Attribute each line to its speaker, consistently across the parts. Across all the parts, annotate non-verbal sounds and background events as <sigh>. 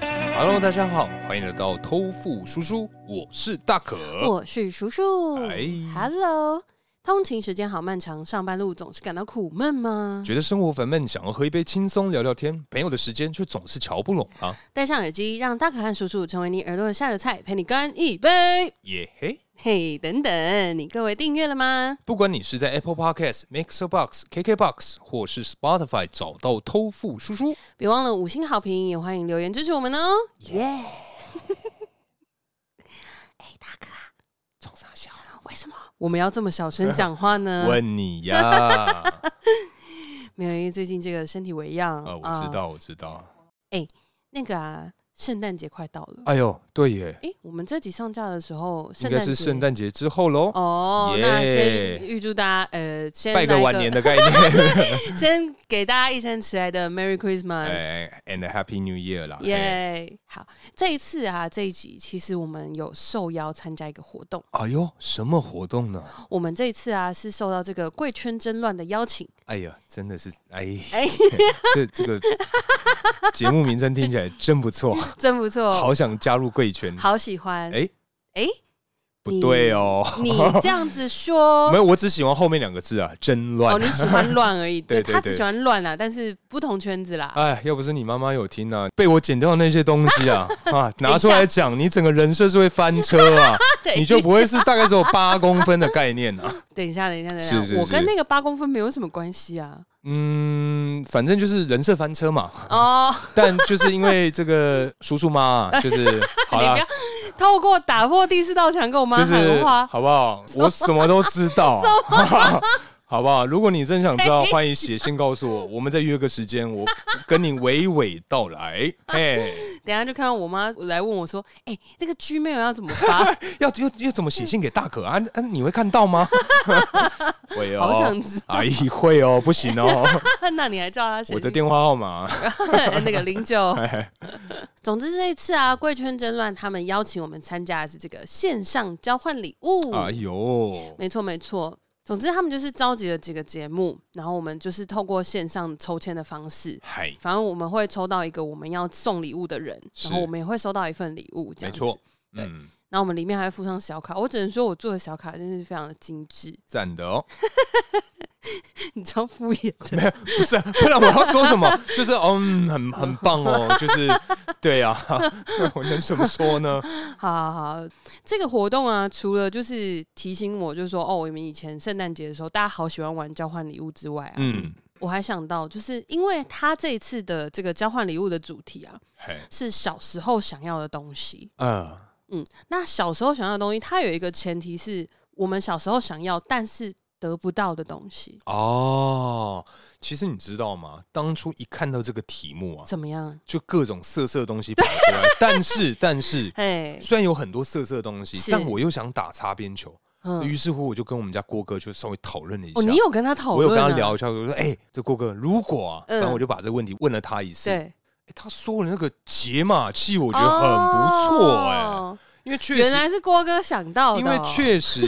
Speaker 1: 大家好，欢迎来到偷富叔叔，我是大可。
Speaker 2: 我是叔叔。
Speaker 1: 哎
Speaker 2: Hello，通勤时间好漫长，上班路总是感到苦闷吗？
Speaker 1: 觉得生活烦闷，想要喝一杯轻松聊聊天，朋友的时间却总是瞧不拢啊！
Speaker 2: 戴上耳机，让大可和叔叔成为你耳朵的下酒菜，陪你干一杯。
Speaker 1: 耶嘿！
Speaker 2: 嘿，等等，你各位订阅了吗？
Speaker 1: 不管你是在 Apple Podcast、Mixer Box、KK Box 或是 Spotify 找到偷富叔叔，
Speaker 2: 别忘了五星好评，也欢迎留言支持我们哦。耶！哎，大可啊，
Speaker 1: 冲上小
Speaker 2: 为什么我们要这么小声讲话
Speaker 1: <laughs>
Speaker 2: 呢？
Speaker 1: 问你
Speaker 2: <laughs>
Speaker 1: 呀！
Speaker 2: 没有，因为最近这个身体为恙
Speaker 1: 啊，我知。道，我知道。
Speaker 2: 那个啊，圣诞节快到了。
Speaker 1: 哎呦，对耶，
Speaker 2: 哎，我们这集上架的时候，
Speaker 1: 应
Speaker 2: 圣
Speaker 1: 该
Speaker 2: 诞
Speaker 1: 是
Speaker 2: 节
Speaker 1: 圣诞节之后喽，
Speaker 2: 哦
Speaker 1: 耶
Speaker 2: 那先预祝大家呃，先
Speaker 1: 拜
Speaker 2: 来
Speaker 1: 个晚年，的概念。
Speaker 2: <laughs> 先给大家一声迟来的 Merry Christmas，
Speaker 1: <laughs> 哎，and a Happy New Year 啦！哎
Speaker 2: 耶、好，这一次啊，这一集其实我们有受邀参加一个活动，
Speaker 1: 哎呦，什么活动呢？
Speaker 2: 我们这一次啊是受到这个贵圈争乱的邀请，
Speaker 1: 哎呀，真的是哎，
Speaker 2: 哎
Speaker 1: <laughs> 这这个节目名称听起来真不错，
Speaker 2: 真不错，
Speaker 1: 好想加入贵圈。
Speaker 2: 哦好喜欢。
Speaker 1: 哎
Speaker 2: 哎
Speaker 1: 不对哦，
Speaker 2: <laughs> 你这样子说
Speaker 1: <laughs> 没。有，我只喜欢后面两个字啊，真
Speaker 2: 哦，
Speaker 1: 乱。
Speaker 2: 你喜欢乱
Speaker 1: <laughs>
Speaker 2: 而已，
Speaker 1: 对对
Speaker 2: 他
Speaker 1: 对
Speaker 2: 只喜欢乱啊，但是不同圈子啦。
Speaker 1: 哎，要不是你妈妈有听啊，被我剪掉的那些东西
Speaker 2: <laughs>
Speaker 1: 啊啊，拿出来讲，你整个人设是会翻车啊，
Speaker 2: <laughs> 对
Speaker 1: 你就不会是大概只有八公分的概念啊。
Speaker 2: 等一下，等一下，等一下，
Speaker 1: 是是
Speaker 2: 我跟
Speaker 1: 是
Speaker 2: 那个八公分没有什么关系啊。
Speaker 1: 嗯，反正就是人设翻车嘛。 <laughs>
Speaker 2: 哦，
Speaker 1: 但就是因为这个叔叔妈、啊，就是
Speaker 2: <laughs>
Speaker 1: 好
Speaker 2: 你
Speaker 1: 啦
Speaker 2: 不，要透过打破第四道墙跟我妈
Speaker 1: 就是
Speaker 2: 喊话。
Speaker 1: 好不好？我什么都知道， <laughs> 好不好？如果你真想知道，
Speaker 2: 哎
Speaker 1: 欢迎写信告诉我，我们再约个时间，我 <laughs> 跟你娓娓道
Speaker 2: <laughs>
Speaker 1: 来。哎，
Speaker 2: 等一下就看到我妈来问我说：“哎、这个 Gmail 要怎么
Speaker 1: <laughs>
Speaker 2: 发
Speaker 1: 要要要怎么写信给大可啊？啊你会看到吗？ <laughs> 会？”
Speaker 2: 好
Speaker 1: 哦
Speaker 2: 想，知道。 <laughs>
Speaker 1: 阿姨会哦，不行哦，
Speaker 2: 那你还叫她写
Speaker 1: 我的
Speaker 2: 信
Speaker 1: 电话号码
Speaker 2: <laughs> 那个
Speaker 1: <laughs>
Speaker 2: 零九。总之这一次啊，贵圈争乱他们邀请我们参加的是这个线上交换礼物。
Speaker 1: 哎呦，
Speaker 2: 没错没错。总之他们就是召集了几个节目，然后我们就是透过线上抽签的方式。
Speaker 1: 嗨，
Speaker 2: 反正我们会抽到一个我们要送礼物的人，
Speaker 1: 是
Speaker 2: 然后我们也会收到一份礼物，这
Speaker 1: 没
Speaker 2: 样子。
Speaker 1: 错，
Speaker 2: 对
Speaker 1: 嗯，
Speaker 2: 然后我们里面还附上小卡，我只能说我做的小卡真是非常的精致，
Speaker 1: 赞的哦。
Speaker 2: 你知道敷衍的。
Speaker 1: 没有，不是啊， <laughs> 不然我要说什么？就是嗯，很很棒哦，就是对啊， <laughs> 我能怎么说呢？
Speaker 2: 好好好，这个活动啊，除了就是提醒我，就是说哦，我们以前圣诞节的时候，大家好喜欢玩交换礼物之外啊，
Speaker 1: 嗯，
Speaker 2: 我还想到，就是因为他这一次的这个交换礼物的主题啊，
Speaker 1: 嘿，
Speaker 2: 是小时候想要的东西。
Speaker 1: 嗯，
Speaker 2: 嗯，那小时候想要的东西，它有一个前提是我们小时候想要，但是得不到的东西，
Speaker 1: 哦，其实你知道吗？当初一看到这个题目啊，
Speaker 2: 怎么样？
Speaker 1: 就各种色色的东西跑出来， <laughs> 但是但是。
Speaker 2: 嘿，
Speaker 1: 虽然有很多色色的东西，
Speaker 2: 是
Speaker 1: 但我又想打擦边球，
Speaker 2: 嗯，
Speaker 1: 于是乎我就跟我们家郭哥就稍微讨论了一下。
Speaker 2: 哦，你有跟他讨
Speaker 1: 我有
Speaker 2: 论、啊？
Speaker 1: 跟他聊一下，我说：“哎、这郭哥，如果啊，
Speaker 2: 嗯
Speaker 1: 反正我就把这个问题问了他一次。
Speaker 2: 对，
Speaker 1: 欸他说的那个解码器，我觉得很不错哎、
Speaker 2: 哦
Speaker 1: 因为确
Speaker 2: 原
Speaker 1: 实，
Speaker 2: 来是郭哥想到的哦、
Speaker 1: 因为确实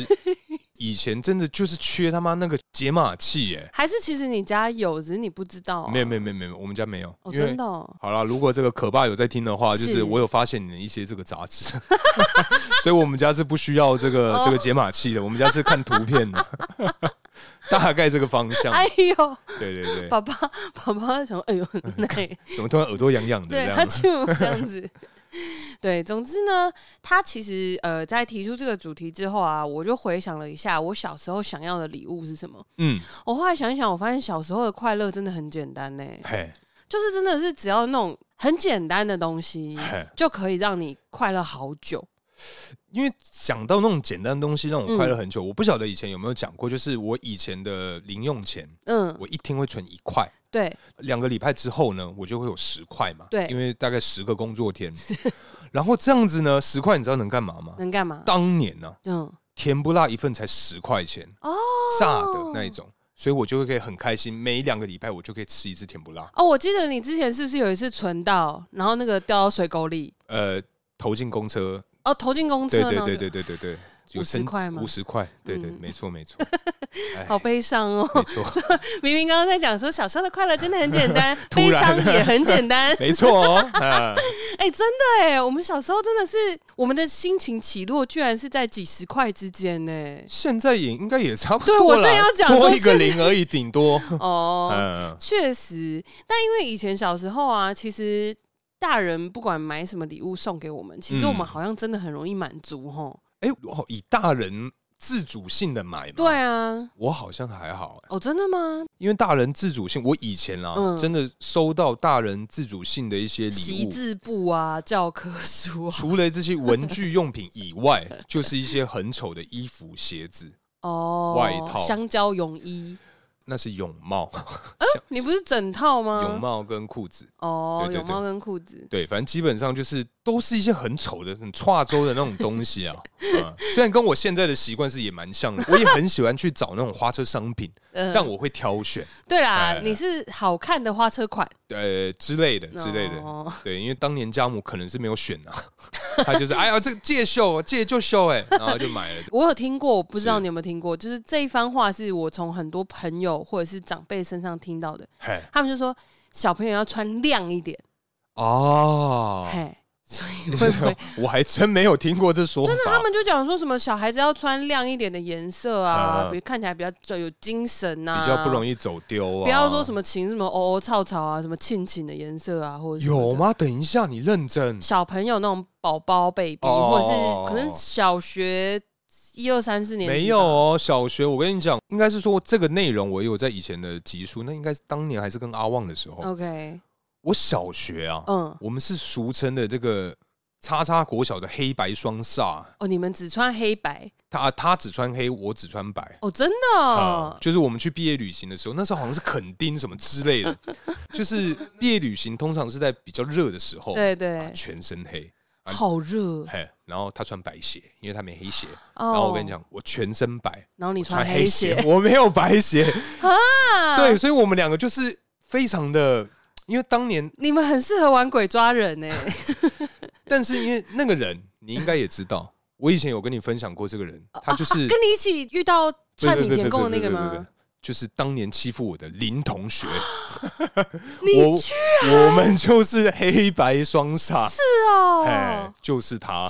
Speaker 1: 以前真的就是缺他妈那个解码器哎、
Speaker 2: 还是其实你家有，只是你不知道、
Speaker 1: 没有没
Speaker 2: 有，
Speaker 1: 有没有没有，我们家没有，
Speaker 2: 啊哦，
Speaker 1: 因为
Speaker 2: 真的、哦，
Speaker 1: 好了，如果这个可爸有在听的话，就是
Speaker 2: 是
Speaker 1: 我有发现你的一些这个杂志，
Speaker 2: <laughs>
Speaker 1: <laughs> 所以我们家是不需要这个
Speaker 2: 哦
Speaker 1: 这个解码器的，我们家是看图片的， <laughs> 大概这个方向。
Speaker 2: 哎呦，
Speaker 1: 对对对，
Speaker 2: 爸爸 <laughs> 爸爸想说，哎呦，那
Speaker 1: <laughs> 怎么突然耳朵痒痒的
Speaker 2: 对
Speaker 1: 这
Speaker 2: 他
Speaker 1: 样？
Speaker 2: 就这样子。 <laughs> 对，总之呢，他其实呃，在提出这个主题之后啊，我就回想了一下我小时候想要的礼物是什么。
Speaker 1: 嗯，
Speaker 2: 我后来想一想，我发现小时候的快乐真的很简单呢、
Speaker 1: 嘿，
Speaker 2: 就是真的是只要那种很简单的
Speaker 1: <laughs>
Speaker 2: 东西
Speaker 1: 嘿，
Speaker 2: 就可以让你快乐好久。
Speaker 1: 因为想到那种简单的东西让
Speaker 2: 嗯
Speaker 1: 我快乐很久，我不晓得以前有没有讲过，就是我以前的零用钱，
Speaker 2: 嗯，
Speaker 1: 我一天会存一块，
Speaker 2: 对，
Speaker 1: 两个礼拜之后呢，我就会有十块嘛，
Speaker 2: 对
Speaker 1: 因为大概十个工作天，然后这样子呢，十块你知道能干嘛吗？
Speaker 2: 能干嘛？
Speaker 1: 当年呢、
Speaker 2: 嗯，
Speaker 1: 甜不辣一份才十块钱
Speaker 2: 哦
Speaker 1: 炸的那一种，所以我就会可以很开心，每两个礼拜我就可以吃一次甜不辣，
Speaker 2: 哦，我记得你之前是不是有一次存到，然后那个掉到水沟里，
Speaker 1: 呃，投进公车，
Speaker 2: 哦，投进公车
Speaker 1: 对
Speaker 2: 呢？
Speaker 1: 对对对对对对，有
Speaker 2: 50
Speaker 1: 升
Speaker 2: 块吗
Speaker 1: 五十块，对对，
Speaker 2: 嗯
Speaker 1: 没
Speaker 2: <laughs>
Speaker 1: 错没错，哎
Speaker 2: 好悲伤
Speaker 1: 没
Speaker 2: 哦！ <laughs>
Speaker 1: 错
Speaker 2: 明明刚刚在讲说小时候的快乐真的很简单，
Speaker 1: <laughs> 突
Speaker 2: 悲伤
Speaker 1: 然
Speaker 2: 也很简单。 <laughs>
Speaker 1: 没错哦，啊，
Speaker 2: 哎、真的哎，我们小时候真的是我们的心情起落，居然是在几十块之
Speaker 1: <laughs>
Speaker 2: 间呢。
Speaker 1: 现在也应该也差不
Speaker 2: 对
Speaker 1: 多
Speaker 2: 我
Speaker 1: 啦
Speaker 2: 正要讲
Speaker 1: 多
Speaker 2: 说
Speaker 1: 一个
Speaker 2: 现
Speaker 1: 零而已，顶多，
Speaker 2: 哦，
Speaker 1: 嗯，
Speaker 2: 确实，但因为以前小时候啊，其实大人不管买什么礼物送给我们，其实
Speaker 1: 嗯
Speaker 2: 我们好像真的很容易满足吼。
Speaker 1: 哎，哦以大人自主性的买嘛，
Speaker 2: 对，啊，
Speaker 1: 我好像还好，
Speaker 2: 哦，真的吗？
Speaker 1: 因为大人自主性，我以前啊，
Speaker 2: 嗯
Speaker 1: 真的收到大人自主性的一些礼
Speaker 2: 习
Speaker 1: 物，
Speaker 2: 字簿啊，教科书啊，
Speaker 1: 除了这些文具用品以外， <laughs> 就是一些很丑的衣服、鞋子，
Speaker 2: 哦，
Speaker 1: 外套
Speaker 2: 香蕉泳衣，
Speaker 1: 那是泳帽、
Speaker 2: 你不是整套吗？
Speaker 1: 泳帽跟裤子。
Speaker 2: 哦，
Speaker 1: 对对对
Speaker 2: 泳帽跟裤子，
Speaker 1: 对，反正基本上就是都是一些很丑的、很歘周的那种东西
Speaker 2: <laughs>
Speaker 1: 啊。嗯，虽然跟我现在的习惯是也蛮像的，我也很喜欢去找那种花车商品，
Speaker 2: 嗯、
Speaker 1: 但我会挑选，
Speaker 2: 对
Speaker 1: 哎
Speaker 2: 啦
Speaker 1: 哎，
Speaker 2: 你是好看的花车款
Speaker 1: 呃之类的之类的。
Speaker 2: 哦
Speaker 1: 对，因为当年家母可能是没有选啊，她就是哎呀，这个借秀借就秀哎、然后就买了。
Speaker 2: 我有听过，我不知道
Speaker 1: 是
Speaker 2: 你有没有听过，就是这一番话是我从很多朋友或者是长辈身上听到的，
Speaker 1: 嘿，
Speaker 2: 他们就说小朋友要穿亮一点，
Speaker 1: 哦， <laughs>
Speaker 2: 嘿，所以会不会
Speaker 1: 我还真没有听过这说法。
Speaker 2: 真的？他们就讲说什么小孩子要穿亮一点的颜色啊，
Speaker 1: 嗯
Speaker 2: 比如看起来比较就有精神呐、啊，
Speaker 1: 比较不容
Speaker 2: 易。
Speaker 1: 易走丢啊。
Speaker 2: 不要说什
Speaker 1: 么
Speaker 2: 么情什么哦哦吵吵啊，什么亲情的颜色啊，或者什么的
Speaker 1: 有？吗？等一下，你认真
Speaker 2: 小朋友那种宝宝 baby，、
Speaker 1: 哦
Speaker 2: 或者是可能小学一二三四年级吧
Speaker 1: 没有哦。小学我跟你讲，应该是说这个内容，我也有在以前的集数，那应该是当年还是跟阿旺的时
Speaker 2: 哦
Speaker 1: 候。
Speaker 2: ？OK，
Speaker 1: 我小学啊，
Speaker 2: 嗯，
Speaker 1: 我们是俗称的这个叉叉国小的黑白双煞，
Speaker 2: 哦，你们只穿黑白
Speaker 1: 他他只穿黑，我只穿白。
Speaker 2: 哦，真的
Speaker 1: 啊、
Speaker 2: 哦、
Speaker 1: 就是我们去毕业旅行的时候，那时候好像是垦丁什么之类
Speaker 2: <laughs>
Speaker 1: 的，就是毕业旅行通常是在比较热的时候，
Speaker 2: 对对，
Speaker 1: 啊全身黑，啊
Speaker 2: 好热
Speaker 1: 嘿，然后他穿白鞋，因为他没黑鞋。
Speaker 2: 哦。
Speaker 1: 然后我跟你，讲，我全身白，
Speaker 2: 然后你
Speaker 1: 我穿
Speaker 2: 黑
Speaker 1: 黑鞋，我没有白鞋。
Speaker 2: <laughs> 啊？
Speaker 1: 对，，所以我们两个就是非常的，因为当年，
Speaker 2: 你们很适合玩鬼抓人呢、
Speaker 1: 但是因为那个人，你应该也知道，我以前有跟你分享过这个人，他就是
Speaker 2: 啊跟你一起遇到
Speaker 1: 对
Speaker 2: 串
Speaker 1: 对
Speaker 2: 米
Speaker 1: 对
Speaker 2: 田
Speaker 1: 对
Speaker 2: 共的
Speaker 1: 对
Speaker 2: 那个
Speaker 1: 对对对
Speaker 2: 吗？
Speaker 1: 就是当年欺负我的林同学，
Speaker 2: 你去
Speaker 1: 我们就是黑白双煞。哎
Speaker 2: 哦，，
Speaker 1: 就是他，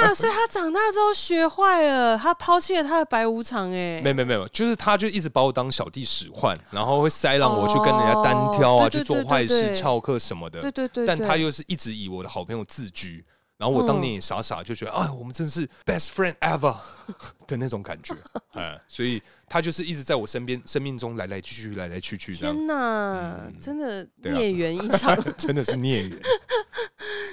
Speaker 2: 那所以他长大之后学坏了，他抛弃了他的白无常哎、
Speaker 1: 没没没有，就是他就一直把我当小弟使唤，然后会塞让我去跟人家单挑啊，
Speaker 2: 哦对对
Speaker 1: 去做
Speaker 2: 对
Speaker 1: 坏
Speaker 2: 对
Speaker 1: 事、
Speaker 2: 对
Speaker 1: 翘课什么的。
Speaker 2: 对对对对，嗯
Speaker 1: 但他又是一直以我的好朋友自居，然后我当年也傻傻就觉得，哎，我们真是 best friend ever <laughs> 的那种感觉，哎，所以他就是一直在我身边，生命中来来去去，来来去去这样，嗯
Speaker 2: 天哪，真的
Speaker 1: 对啊
Speaker 2: 孽缘一
Speaker 1: <laughs>
Speaker 2: 场。
Speaker 1: 真的是孽缘。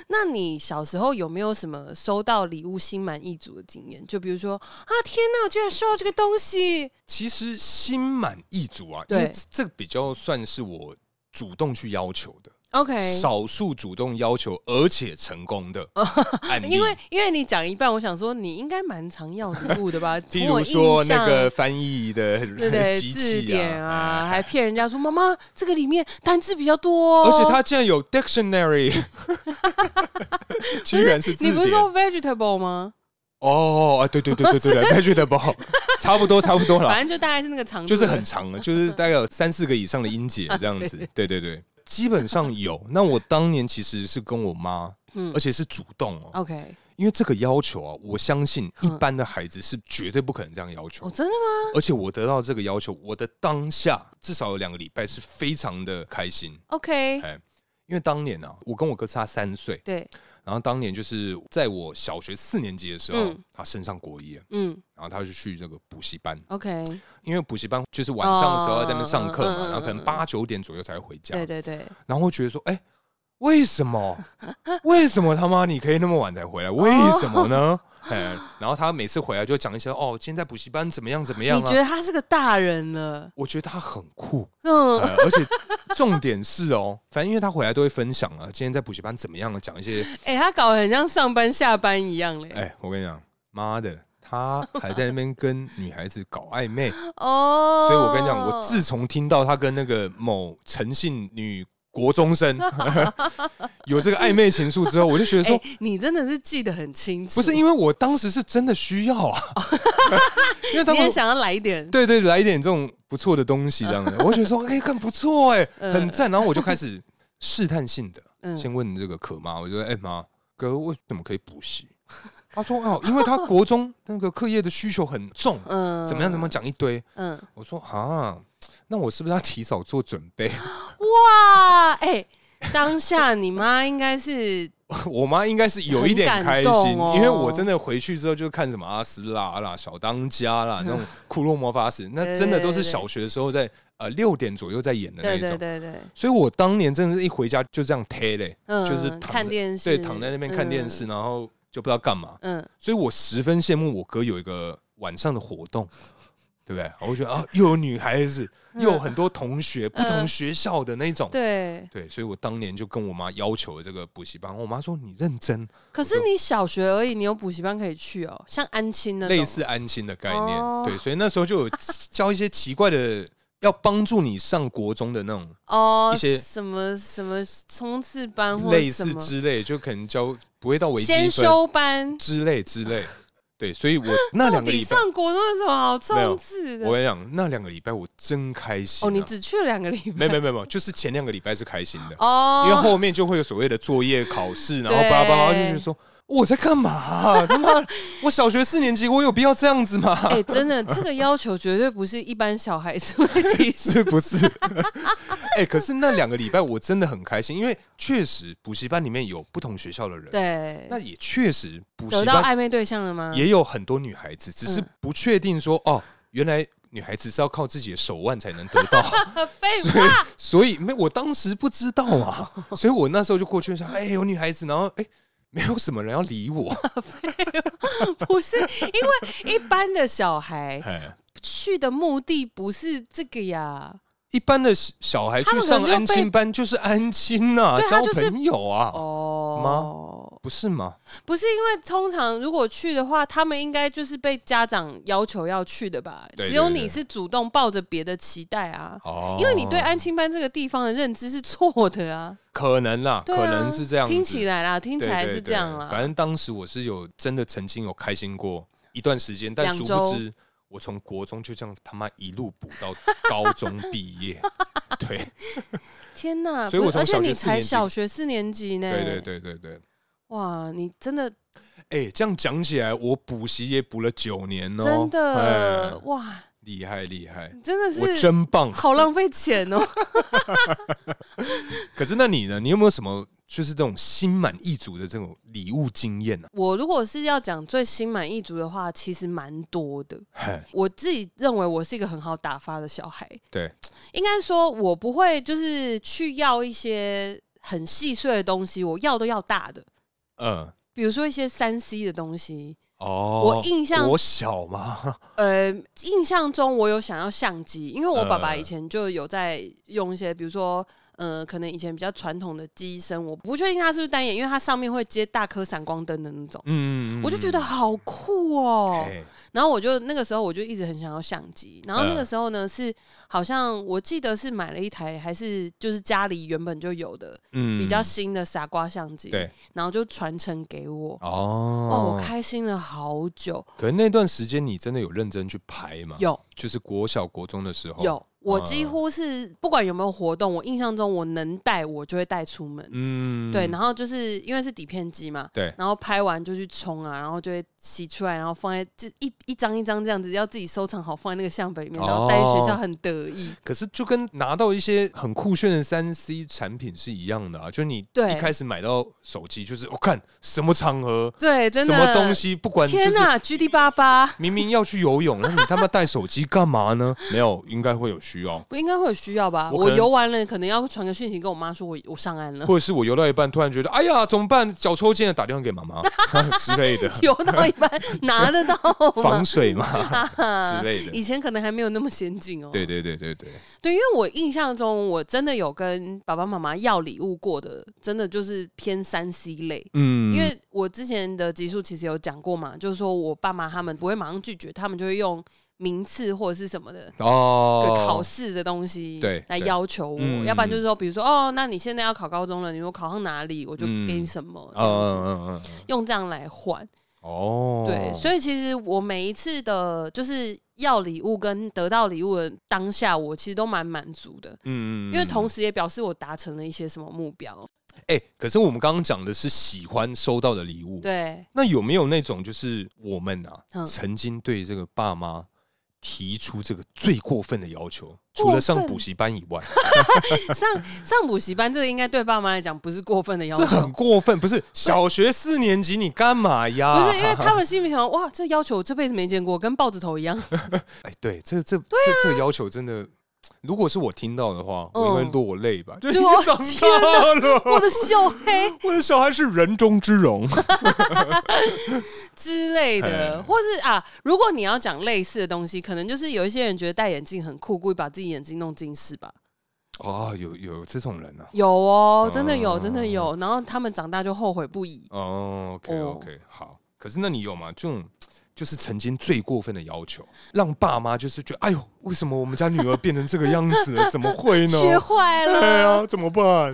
Speaker 2: 那你小时候有没有什么收到礼物心满意足的经验？就比如说啊，天哪，我居然收到这个东西，
Speaker 1: 其实心满意足啊，因为
Speaker 2: 对
Speaker 1: 这这比较算是我主动去要求的。
Speaker 2: OK，
Speaker 1: 少数主动要求而且成功
Speaker 2: <laughs>
Speaker 1: 的案例，
Speaker 2: 因为因为你讲一半，我想说你应该蛮常要礼物
Speaker 1: <laughs>
Speaker 2: 的吧？
Speaker 1: 譬
Speaker 2: 从我
Speaker 1: 如
Speaker 2: 印
Speaker 1: 说那
Speaker 2: 象
Speaker 1: 个翻译的
Speaker 2: 对
Speaker 1: <laughs>
Speaker 2: 对
Speaker 1: 机
Speaker 2: 字
Speaker 1: 器啊
Speaker 2: 典啊，
Speaker 1: 哎
Speaker 2: 还骗人家说妈妈这个里面单字比较多、哦，
Speaker 1: 而且它竟然有
Speaker 2: <laughs>
Speaker 1: dictionary，居然是字
Speaker 2: 你不是说
Speaker 1: 典
Speaker 2: vegetable 吗？
Speaker 1: 哦，啊对对对对对对
Speaker 2: <laughs>
Speaker 1: vegetable，差不多差不多
Speaker 2: 反
Speaker 1: 了，
Speaker 2: 正就大概是那个长度，
Speaker 1: 啊就是很
Speaker 2: <laughs>
Speaker 1: 长了，就是大概有三四个以上的音节这样子，对对对，基本上有。那我当年其实是跟我妈，
Speaker 2: 嗯
Speaker 1: 而且是主动哦，
Speaker 2: OK
Speaker 1: 因为这个要求啊，我相信一
Speaker 2: 嗯
Speaker 1: 般的孩子是绝对不可能这样要求
Speaker 2: 哦，。真的吗？
Speaker 1: 而且我得到这个要求，我的当下至少有两个礼拜是非常的开心，
Speaker 2: OK，
Speaker 1: 哎因为当年啊，我跟我哥差三岁，
Speaker 2: 对，
Speaker 1: 然后当年就是在我小学四年级的时候，
Speaker 2: 嗯
Speaker 1: 他升上国一了，
Speaker 2: 嗯
Speaker 1: 然后他就去这个补习班，
Speaker 2: ，OK，
Speaker 1: 因为补习班就是晚上的时候要在那边上课
Speaker 2: 哦嗯嗯
Speaker 1: 嘛，
Speaker 2: 嗯
Speaker 1: 然后可能八九点左右才会回家，
Speaker 2: 对对对，
Speaker 1: 然后会觉得说，哎、为什么？为什么他妈你可以那么晚才回来？为什么呢？
Speaker 2: 哦
Speaker 1: <laughs> 哎，然后他每次回来就讲一些哦，今天在补习班怎么样怎么样
Speaker 2: 你觉
Speaker 1: 啊。
Speaker 2: 得他是个大人
Speaker 1: <laughs>
Speaker 2: 了，
Speaker 1: 我觉得他很酷，
Speaker 2: 嗯，
Speaker 1: 呃，而且重点是哦， <laughs> 反正因为他回来都会分享啊，今天在补习班怎么样啊，讲一些，
Speaker 2: 哎、他搞得很像上班下班一样嘞，
Speaker 1: 哎、我跟你讲，妈的，他还在那边跟女孩子搞暧昧，
Speaker 2: 哦，
Speaker 1: 所以我跟你讲，我自从听到他跟那个某诚信女国中
Speaker 2: <laughs>
Speaker 1: 生有这个暧昧情愫之后，我就觉得
Speaker 2: 哎、
Speaker 1: 说，
Speaker 2: 你真的是记得很清楚，
Speaker 1: 不是因为我当时是真的需要
Speaker 2: <laughs>
Speaker 1: 啊，因为他
Speaker 2: 你也
Speaker 1: 们
Speaker 2: 想要来一点，
Speaker 1: 对对来一点这种不错的东西这样的，
Speaker 2: <laughs>
Speaker 1: 我就觉得说，哎，更不错哎，
Speaker 2: 嗯
Speaker 1: 很赞。然后我就开始试探性的
Speaker 2: 嗯
Speaker 1: 先问这个可妈，我就说，哎妈，哥为什么可以补
Speaker 2: <laughs>
Speaker 1: 习？她说哦，因为她国中那个课业的需求很重，
Speaker 2: 嗯
Speaker 1: 怎么样怎么样，讲一堆。
Speaker 2: 嗯，
Speaker 1: 我说啊，那我是不是要提早做准备？ <laughs>
Speaker 2: 哇，哎、当下你妈应该是
Speaker 1: 我妈应该是有一点开
Speaker 2: 很感
Speaker 1: 心，
Speaker 2: 动哦
Speaker 1: 因为我真的回去之后就看什么阿斯拉啦、小当家
Speaker 2: <laughs>
Speaker 1: 啦、那种骷髅魔法使，那真的都是小学的时候在呃六点左右在演的那
Speaker 2: 对
Speaker 1: 一种
Speaker 2: 对。对对，
Speaker 1: 所以我当年真的是一回家就这样贴嘞，
Speaker 2: 嗯，
Speaker 1: 就是躺着
Speaker 2: 看电视，
Speaker 1: 对，躺在那边看电
Speaker 2: 嗯
Speaker 1: 视，然后就不知道干嘛。
Speaker 2: 嗯，嗯，
Speaker 1: 所以我十分羡慕我哥有一个晚上的活动，对不对？我觉得啊，又有女孩子，
Speaker 2: 嗯
Speaker 1: 又有很多同学，不同
Speaker 2: 嗯
Speaker 1: 学校的那种。
Speaker 2: 对。
Speaker 1: 对，所以我当年就跟我妈要求了这个补习班，我妈说你认真，
Speaker 2: 可是你小学而已，你有补习班可以去哦，像安亲那种
Speaker 1: 类似安心的概念，
Speaker 2: 哦
Speaker 1: 对，所以那时候就有教一些奇怪的，要帮助你上国中的那种
Speaker 2: 哦，
Speaker 1: 一些
Speaker 2: 什么什么冲刺班或
Speaker 1: 类
Speaker 2: 什
Speaker 1: 似
Speaker 2: 么
Speaker 1: 之类，就可能教不会到微积
Speaker 2: 先
Speaker 1: 分
Speaker 2: 修班，
Speaker 1: 之类之类，对，所以
Speaker 2: <laughs>
Speaker 1: 我那
Speaker 2: 到
Speaker 1: 两个
Speaker 2: 底
Speaker 1: 礼拜，
Speaker 2: 上国中有什么好
Speaker 1: 没有
Speaker 2: 冲刺的
Speaker 1: 我？跟你讲，那两个礼拜我真开心、啊，
Speaker 2: 哦，你只去了两个礼拜，
Speaker 1: 没没没没，就是前两个礼拜是开心的，
Speaker 2: 哦，
Speaker 1: 因
Speaker 2: <laughs>
Speaker 1: 为后面就会有所谓的作业、考试，然后
Speaker 2: 对
Speaker 1: 叭叭叭，就觉得说我在干嘛、啊他妈，我小学四年级，我有必要这样子吗？
Speaker 2: 哎、真的，这个要求绝对不是一般小孩子会提
Speaker 1: <laughs>
Speaker 2: 出。
Speaker 1: 是不是？哎、可是那两个礼拜我真的很开心，因为确实补习班里面有不同学校的人，
Speaker 2: 对，
Speaker 1: 那也确实补
Speaker 2: 得
Speaker 1: 习
Speaker 2: 到
Speaker 1: 班
Speaker 2: 暧昧对象了吗？嗯
Speaker 1: 也有很多女孩子，只是不确定说哦，原来女孩子是要靠自己的手腕才能得到， <laughs>
Speaker 2: 废
Speaker 1: 所以所以没我当时不知道啊，所以我那时候就过去想，哎、有女孩子，然后哎、没有什么人要理我，
Speaker 2: 话不是，因为一般的小孩
Speaker 1: 哎，
Speaker 2: 去的目的不是这个呀。
Speaker 1: 一般的小孩
Speaker 2: 他
Speaker 1: 去
Speaker 2: 们可
Speaker 1: 上
Speaker 2: 能就
Speaker 1: 安亲班就是安亲呐、
Speaker 2: 对
Speaker 1: 交
Speaker 2: 他就是
Speaker 1: 朋友啊，
Speaker 2: 哦，
Speaker 1: 不是吗？
Speaker 2: 不是，因为通常如果去的话，他们应该就是被家长要求要去的吧？
Speaker 1: 对
Speaker 2: 只有
Speaker 1: 对对
Speaker 2: 你是主动抱着别的期待啊，
Speaker 1: 哦，
Speaker 2: 因为你对安亲班这个地方的认知是错的啊。
Speaker 1: 可能啦，
Speaker 2: 对啊
Speaker 1: 可能是这样子，
Speaker 2: 听起来啦，听
Speaker 1: 对
Speaker 2: 起来
Speaker 1: 对
Speaker 2: 是
Speaker 1: 对
Speaker 2: 这样啦。
Speaker 1: 反正当时我是有真的曾经有开心过一段时间，但
Speaker 2: 两
Speaker 1: 殊
Speaker 2: 周
Speaker 1: 不知我从国中就这样他妈一路补到高中毕
Speaker 2: <laughs>
Speaker 1: 业。对
Speaker 2: 天呐！
Speaker 1: 所以
Speaker 2: 不
Speaker 1: 我
Speaker 2: 是
Speaker 1: 从
Speaker 2: 而
Speaker 1: 小学
Speaker 2: 且你
Speaker 1: 四
Speaker 2: 才
Speaker 1: 年级
Speaker 2: 小学四年级呢。
Speaker 1: 对对。对对对，
Speaker 2: 哇，你真的
Speaker 1: 哎、这样讲起来，我补习也补了九年哦，
Speaker 2: 真的、
Speaker 1: 哎
Speaker 2: 哇，
Speaker 1: 厉害厉害，
Speaker 2: 真的
Speaker 1: 我
Speaker 2: 是
Speaker 1: 真棒。
Speaker 2: 好浪费钱哦。 <laughs>
Speaker 1: 可是那你呢？你有没有什么就是这种心满意足的这种礼物经验呢、
Speaker 2: 我如果是要讲最心满意足的话，其实蛮多的。
Speaker 1: 嘿
Speaker 2: 我自己认为我是一个很好打发的小孩，
Speaker 1: 对，
Speaker 2: 应该说我不会就是去要一些很细碎的东西，我要都要大的，
Speaker 1: 嗯，
Speaker 2: 比如说一些三 C 的东西。
Speaker 1: 哦，
Speaker 2: 我印象
Speaker 1: 我小嘛，
Speaker 2: 呃，印象中我有想要相机，因为我爸爸
Speaker 1: 呃
Speaker 2: 以前就有在用一些，比如说，呃，可能以前比较传统的机身，我不确定它是不是单眼，因为它上面会接大颗闪光灯的那种，
Speaker 1: 嗯，
Speaker 2: 我就觉得好酷哦、
Speaker 1: 哎
Speaker 2: 然后我就那个时候我就一直很想要相机，然后
Speaker 1: 呃
Speaker 2: 那个时候呢是好像我记得是买了一台，还是就是家里原本就有的
Speaker 1: 嗯
Speaker 2: 比较新的傻瓜相机，
Speaker 1: 对，
Speaker 2: 然后就传承给我。哦，
Speaker 1: 哦
Speaker 2: 我开心了好久，
Speaker 1: 可是那段时间你真的有认真去排吗？，
Speaker 2: 有
Speaker 1: 就是国小、国中的时候。，
Speaker 2: 有，我几
Speaker 1: 嗯
Speaker 2: 乎是不管有没有活动，我印象中我能带我就会带出门。
Speaker 1: 嗯
Speaker 2: 对，然后就是因为是底片机嘛，
Speaker 1: 对
Speaker 2: 然后拍完就去冲啊，然后就会洗出来，然后放在就一一张一张这样子，要自己收藏好，放在那个相本里面，然后带去学校
Speaker 1: 哦
Speaker 2: 很得意。
Speaker 1: 可是就跟拿到一些很酷炫的三 C 产品是一样的啊，就是你
Speaker 2: 对
Speaker 1: 一开始买到手机，就是我、看什么场合、
Speaker 2: 对，真
Speaker 1: 什
Speaker 2: 的。
Speaker 1: 么东西，不管就
Speaker 2: 天
Speaker 1: 是
Speaker 2: 呐 g D 八八
Speaker 1: 明明要去游泳，那你他妈带手机干嘛呢？ <laughs> 没有，应该会有需要，
Speaker 2: 不应该会有需要吧？
Speaker 1: 我
Speaker 2: 我
Speaker 1: 可能
Speaker 2: 游完了，可能要传个讯息跟我妈说我我
Speaker 1: <laughs>
Speaker 2: 上岸
Speaker 1: <laughs>
Speaker 2: 了，
Speaker 1: 或者是我游到一半突然觉得哎呀怎么办，脚抽筋了，打电话给妈 <laughs> 妈之类
Speaker 2: <laughs>
Speaker 1: 的，
Speaker 2: 游到一半拿得到
Speaker 1: <laughs>
Speaker 2: 吗
Speaker 1: 防？水嘛
Speaker 2: 呃
Speaker 1: 之类的。
Speaker 2: <laughs> 以前可能还没有那么先进哦。
Speaker 1: 对对对对对，
Speaker 2: 对，因为我印象中，我真的有跟爸爸妈妈要礼物过的，真的就是偏三 C 类。
Speaker 1: 嗯，
Speaker 2: 因为我之前的集数其实有讲过嘛，就是说我爸妈他们不会马上拒绝，他们就会用名次或者是什么的。
Speaker 1: 哦
Speaker 2: 对，考试的东西
Speaker 1: 对
Speaker 2: 来
Speaker 1: 对
Speaker 2: 要求我，
Speaker 1: 嗯
Speaker 2: 要不然就是说，比如说哦，那你现在要考高中了，你如果考上哪里，我就
Speaker 1: 嗯
Speaker 2: 给你什么，
Speaker 1: 嗯
Speaker 2: 这样子
Speaker 1: 嗯嗯嗯嗯，
Speaker 2: 用这样来换。
Speaker 1: 哦，
Speaker 2: 对，所以其实我每一次的就是要礼物跟得到礼物的当下，我其实都蛮满足的，
Speaker 1: 嗯，嗯嗯，
Speaker 2: 因为同
Speaker 1: 时，
Speaker 2: 时也表示我达成了一些什么目
Speaker 1: <laughs>
Speaker 2: 标。
Speaker 1: 哎、可是我们刚刚讲的是喜欢收到的礼物，
Speaker 2: 对，
Speaker 1: 那有没有那种就是我们啊，
Speaker 2: 嗯
Speaker 1: 曾经对这个爸妈提出这个最过分的要求，
Speaker 2: 过
Speaker 1: 除了上
Speaker 2: 分
Speaker 1: 补习班以外，
Speaker 2: 上
Speaker 1: <laughs>
Speaker 2: 上补习班这个应该对爸妈来讲不是过分的要
Speaker 1: 这
Speaker 2: 求，
Speaker 1: 很过分，不是小学四年级你干嘛呀？
Speaker 2: 不是因为他们心里想，哇，这要求我这辈子没见过，跟豹子头一样。
Speaker 1: <laughs> 哎，对，这这、
Speaker 2: 啊
Speaker 1: 这这个要求真的，如果是我听到的话，我应该
Speaker 2: 嗯
Speaker 1: 落泪吧？就
Speaker 2: 就
Speaker 1: 因为
Speaker 2: 我
Speaker 1: 长
Speaker 2: 天
Speaker 1: 大
Speaker 2: 我
Speaker 1: 了，
Speaker 2: 的秀黑
Speaker 1: 我的小孩是人中之龙。 <laughs>
Speaker 2: 之类的
Speaker 1: 哎，
Speaker 2: 或是啊，如果你要讲类似的东西，可能就是有一些人觉得戴眼镜很酷，故意把自己眼睛弄近视吧。
Speaker 1: 哦，有有这种人啊？
Speaker 2: 有哦，真的有，
Speaker 1: 哦
Speaker 2: 真的有。然后他们长大就后悔不已。
Speaker 1: 哦，OK
Speaker 2: 哦
Speaker 1: OK，、好。可是那你有吗？这种就是曾经最过分的要求，让爸妈就是觉得，哎呦，为什么我们家女儿变成这个样子了？怎么会
Speaker 2: <laughs>
Speaker 1: 呢？
Speaker 2: 学坏
Speaker 1: 对
Speaker 2: 了，
Speaker 1: 啊，怎么办？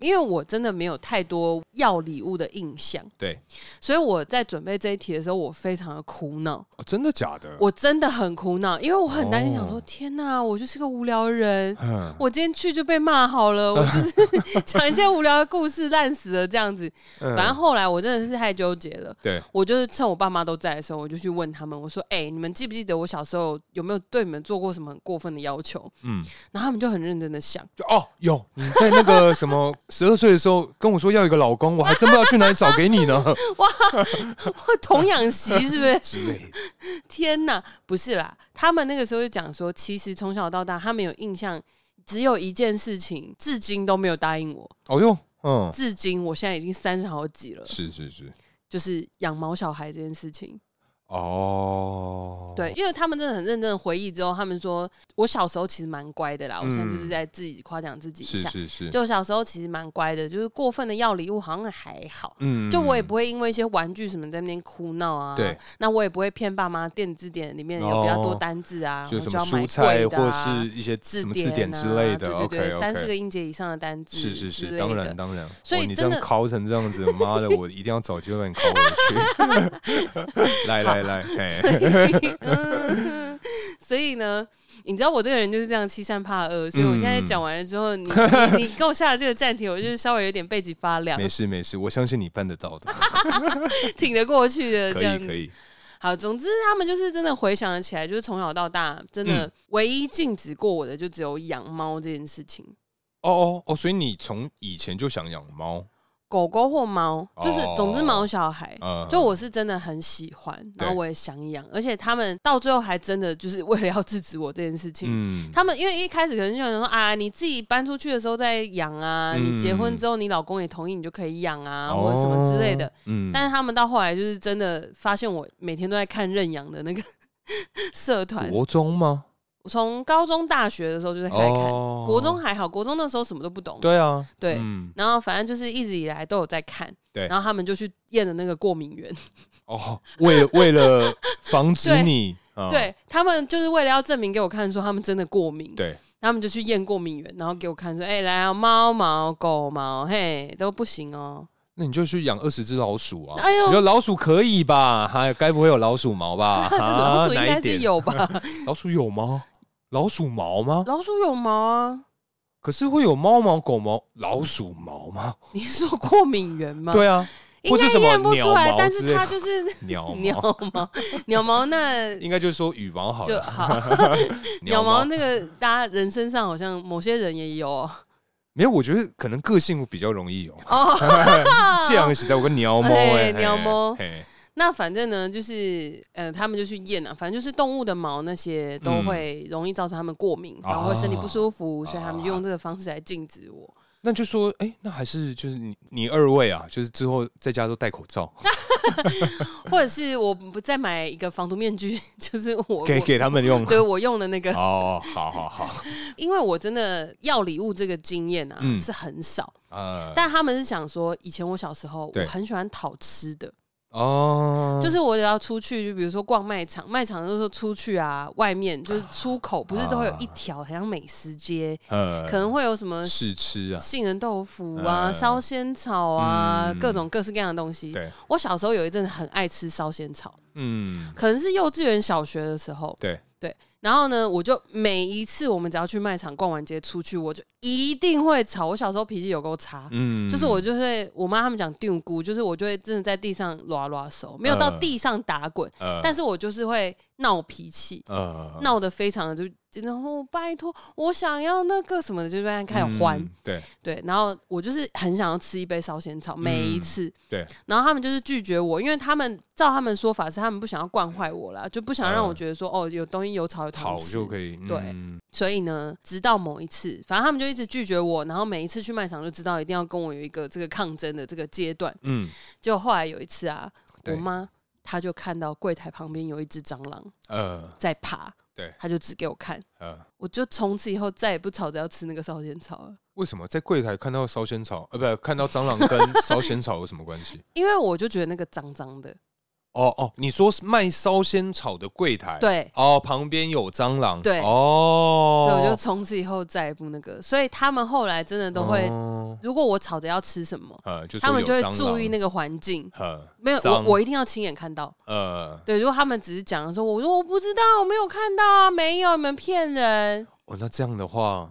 Speaker 2: 因为我真的没有太多要礼物的印象，
Speaker 1: 对，
Speaker 2: 所以我在准备这一题的时候，我非常的苦恼，
Speaker 1: 哦、真的假的？
Speaker 2: 我真的很苦恼，因为我很担心，
Speaker 1: 哦
Speaker 2: 想说天哪，我就是个无聊人，
Speaker 1: 嗯
Speaker 2: 我今天去就被骂好了，我就是 <laughs> 讲一些无聊的故事，烂死了这样子。
Speaker 1: 嗯
Speaker 2: 反正后来我真的是太纠结了，
Speaker 1: 对，
Speaker 2: 我就是趁我爸妈都在的时候，我就去问他们，我说：“哎、你们记不记得我小时候有没有对你们做过什么很过分的要求
Speaker 1: 嗯，？”
Speaker 2: 然后他们就很认真的想， <laughs>
Speaker 1: 就哦，有你在那个什么十二岁的时候跟我说要有一个老公，我还真不知道去哪里找给你
Speaker 2: <laughs>
Speaker 1: 呢
Speaker 2: 童养媳是不是？
Speaker 1: 之类的。
Speaker 2: 天哪，不是啦，他们那个时候就讲说，其实从小到大，他们有印象。只有一件事情，至今都没有答应我。
Speaker 1: 哦哟，嗯，
Speaker 2: 至今，我现在已经三十好几了，
Speaker 1: 是是是，
Speaker 2: 就是养毛小孩这件事情。
Speaker 1: 哦，
Speaker 2: 对，，因为他们真的很认真的回忆之后，他们说我小时候其实蛮乖的啦，我现在就是
Speaker 1: 嗯
Speaker 2: 在自己夸奖自己一
Speaker 1: 是
Speaker 2: 下。
Speaker 1: 是是，
Speaker 2: 就小时候其实蛮乖的，就是过分的要礼物好像还好。
Speaker 1: 嗯
Speaker 2: 就我也不会因为一些玩具什么在那边哭闹啊，
Speaker 1: 对，哦
Speaker 2: 那我也不会骗爸妈电子字典里面有比较多单字啊，
Speaker 1: 就
Speaker 2: 我
Speaker 1: 什
Speaker 2: 要
Speaker 1: 么
Speaker 2: 买
Speaker 1: 蔬菜
Speaker 2: 贵的
Speaker 1: 或
Speaker 2: 啊
Speaker 1: 是一些
Speaker 2: 字
Speaker 1: 什么字典
Speaker 2: 典
Speaker 1: 之类的
Speaker 2: 啊、对
Speaker 1: ，OK
Speaker 2: 对对，三四
Speaker 1: OK。
Speaker 2: 个音节以上的单字
Speaker 1: 是是
Speaker 2: 之
Speaker 1: 是，
Speaker 2: 类
Speaker 1: 当
Speaker 2: 的
Speaker 1: 然当然，
Speaker 2: 所
Speaker 1: 哇
Speaker 2: 以
Speaker 1: 你这
Speaker 2: 真
Speaker 1: 样
Speaker 2: 的
Speaker 1: 考成这样子，妈的，我一定要找机会把你考回去。 <laughs> 来来来，哎，
Speaker 2: <laughs> 嗯所以呢，你知道我这个人就是这样欺善怕恶，所以我现在
Speaker 1: 嗯
Speaker 2: 讲完了之后，你你你给我下了这个暂停，我就是稍微有点背脊发凉，
Speaker 1: 没事没事，我相信你办得到的，
Speaker 2: 挺得过去的
Speaker 1: 可
Speaker 2: 这样
Speaker 1: 以
Speaker 2: 子
Speaker 1: 可。以。
Speaker 2: 好，总之他们就是真的回想了起来，就是从小到大，真的
Speaker 1: 嗯
Speaker 2: 唯一禁止过我的就只有养猫这件事情，
Speaker 1: 哦哦哦，所以你从以前就想养猫，
Speaker 2: 狗狗或猫，就是
Speaker 1: 哦
Speaker 2: 总之毛小孩。
Speaker 1: 呃，
Speaker 2: 就我是真的很喜欢，然后
Speaker 1: 对
Speaker 2: 我也想养，而且他们到最后还真的就是为了要制止我这件事情，
Speaker 1: 嗯
Speaker 2: 他们因为一开始可能就想说啊，你自己搬出去的时候再养啊，
Speaker 1: 嗯
Speaker 2: 你结婚之后你老公也同意，你就可以养啊，或者什么之类的
Speaker 1: 哦。，嗯
Speaker 2: 但
Speaker 1: 是
Speaker 2: 是他们到后来就是真的发现我每天都在看认养的那个 <laughs> 社团，
Speaker 1: 国中吗？
Speaker 2: 我从高中、大学的时候就在开始看。
Speaker 1: 哦
Speaker 2: 国中还好，国中那时候什么都不懂，
Speaker 1: 对啊，
Speaker 2: 对
Speaker 1: 嗯
Speaker 2: 然后反正就是一直以来都有在看，
Speaker 1: 对
Speaker 2: 然后他们就去验了那个过敏源，
Speaker 1: 哦，为了为了防止
Speaker 2: 对
Speaker 1: 你，啊
Speaker 2: 对他们就是为了要证明给我看说他们真的过敏，
Speaker 1: 对，
Speaker 2: 他们就去验过敏源，然后给我看说，哎、来啊，猫毛、狗毛，嘿，都不行哦。
Speaker 1: 那你就去养二十只老鼠啊！
Speaker 2: 哎呦
Speaker 1: 你说老鼠可以吧？还该不会有老鼠毛
Speaker 2: <laughs>
Speaker 1: 吧？啊
Speaker 2: 老鼠应该是，有吧？ <laughs>
Speaker 1: 哪一点老鼠有吗？老鼠毛吗？
Speaker 2: 老鼠有毛啊？
Speaker 1: 可是会有猫毛、狗毛、老鼠毛吗？
Speaker 2: 你是说过敏源吗？，
Speaker 1: 对
Speaker 2: <laughs>
Speaker 1: 啊，
Speaker 2: 应
Speaker 1: 或
Speaker 2: 该
Speaker 1: 是什么
Speaker 2: 验不出来
Speaker 1: 鸟，毛
Speaker 2: 但
Speaker 1: 之
Speaker 2: 是
Speaker 1: 类
Speaker 2: 它
Speaker 1: 的
Speaker 2: 就是
Speaker 1: <laughs> 鸟
Speaker 2: 鸟
Speaker 1: 毛
Speaker 2: 毛，鸟毛那
Speaker 1: <laughs> 应该就是说羽毛好
Speaker 2: 就
Speaker 1: 了，
Speaker 2: 好。鸟毛那个大家人身上好像某些人也有哦。
Speaker 1: 没有，我觉得可能个性比较容易有。
Speaker 2: 哦
Speaker 1: <laughs> 这样实在有个鸟毛
Speaker 2: 哎
Speaker 1: 哎，
Speaker 2: 鸟毛
Speaker 1: 哎，
Speaker 2: 那反正呢，就是呃，他们就去验啊，反正就是动物的毛那些都
Speaker 1: 嗯啊
Speaker 2: 会容易造成他们过敏，然后会身体不舒服，所以他们就用这个方式来禁止我。
Speaker 1: 那就说，哎，那还是就是你你二位啊，就是之后在家都戴口罩，
Speaker 2: 或者是我不再买一个防毒面具， <laughs> 就是我
Speaker 1: 给
Speaker 2: 我
Speaker 1: 给他们用。
Speaker 2: 对我用的那个，
Speaker 1: 哦，好好
Speaker 2: <laughs>
Speaker 1: 好，
Speaker 2: 因为我真的要礼物这个经验啊、
Speaker 1: 嗯
Speaker 2: 是很少，
Speaker 1: 呃，
Speaker 2: 但他们是想说，以前我小时候我
Speaker 1: 对
Speaker 2: 很喜欢讨吃的，
Speaker 1: 哦，
Speaker 2: 就就是我只要出去，就比如说逛卖场，卖场就是出去啊，外面就是出口，不是都会有
Speaker 1: 啊
Speaker 2: 一条很像美食街，
Speaker 1: 呃
Speaker 2: 可能会有什么
Speaker 1: 试吃啊，
Speaker 2: 杏仁豆腐啊、
Speaker 1: 嗯
Speaker 2: 烧仙草啊，
Speaker 1: 嗯
Speaker 2: 各种各式各样的东西。
Speaker 1: 对，
Speaker 2: 我小时候有一阵子很爱吃烧仙草，
Speaker 1: 嗯，
Speaker 2: 可能是幼稚园、小学的时候。
Speaker 1: 对，
Speaker 2: 然后呢，我就每一次我们只要去卖场逛完街出去，我就一定会吵。我小时候脾气有够差，
Speaker 1: 嗯，
Speaker 2: 就是我就是会我妈他们讲丢姑，就是我就会真的在地上拉拉手，没有到
Speaker 1: 呃
Speaker 2: 地上打滚，
Speaker 1: 呃，
Speaker 2: 但是我就是会闹脾气，
Speaker 1: 呃
Speaker 2: 闹得非常的就。然后拜托，我想要那个什么的，就在那开始欢、
Speaker 1: 嗯对，
Speaker 2: 对。然后我就是很想要吃一杯烧仙草，每一次、
Speaker 1: 嗯对。
Speaker 2: 然后他们就是拒绝我，因为他们照他们说法是他们不想要惯坏我啦，就不想让我觉得说、哦有东西有草有
Speaker 1: 好
Speaker 2: 糖吃
Speaker 1: 就可以，
Speaker 2: 对
Speaker 1: 嗯
Speaker 2: 所以呢，直到某一次，反正他们就一直拒绝我，然后每一次去卖场就知道一定要跟我有一个这个抗争的这个阶段。
Speaker 1: 嗯，
Speaker 2: 结果后来有一次啊，我
Speaker 1: 对
Speaker 2: 妈她就看到柜台旁边有一只蟑螂
Speaker 1: 呃
Speaker 2: 在爬，
Speaker 1: 对
Speaker 2: 她就指给我看，
Speaker 1: 呃，
Speaker 2: 我就从此以后再也不吵着要吃那个烧仙草了，
Speaker 1: 为什么在柜台看到烧仙草，呃，不，看到蟑螂
Speaker 2: <laughs>
Speaker 1: 跟烧仙草有什么关系？
Speaker 2: 因为我就觉得那个脏脏的，
Speaker 1: 哦哦，你说是卖烧仙草的柜台，，
Speaker 2: 对。
Speaker 1: 哦，旁边有蟑螂，
Speaker 2: 对
Speaker 1: 哦，
Speaker 2: 所以我就从此以后再也不那个，所以他们后来真的都会，
Speaker 1: 哦
Speaker 2: 如果我吵着要吃什么，
Speaker 1: 呃，就
Speaker 2: 他们就会注
Speaker 1: 注
Speaker 2: 意
Speaker 1: 意
Speaker 2: 那个环境，
Speaker 1: 呃
Speaker 2: 没有我
Speaker 1: 脏
Speaker 2: 我一定要亲眼看到，
Speaker 1: 呃，
Speaker 2: 对，如果他们只是讲说，我说我不知道，我没有看到啊，没有，你们
Speaker 1: <laughs>
Speaker 2: 骗人，
Speaker 1: 哦，那这样的话，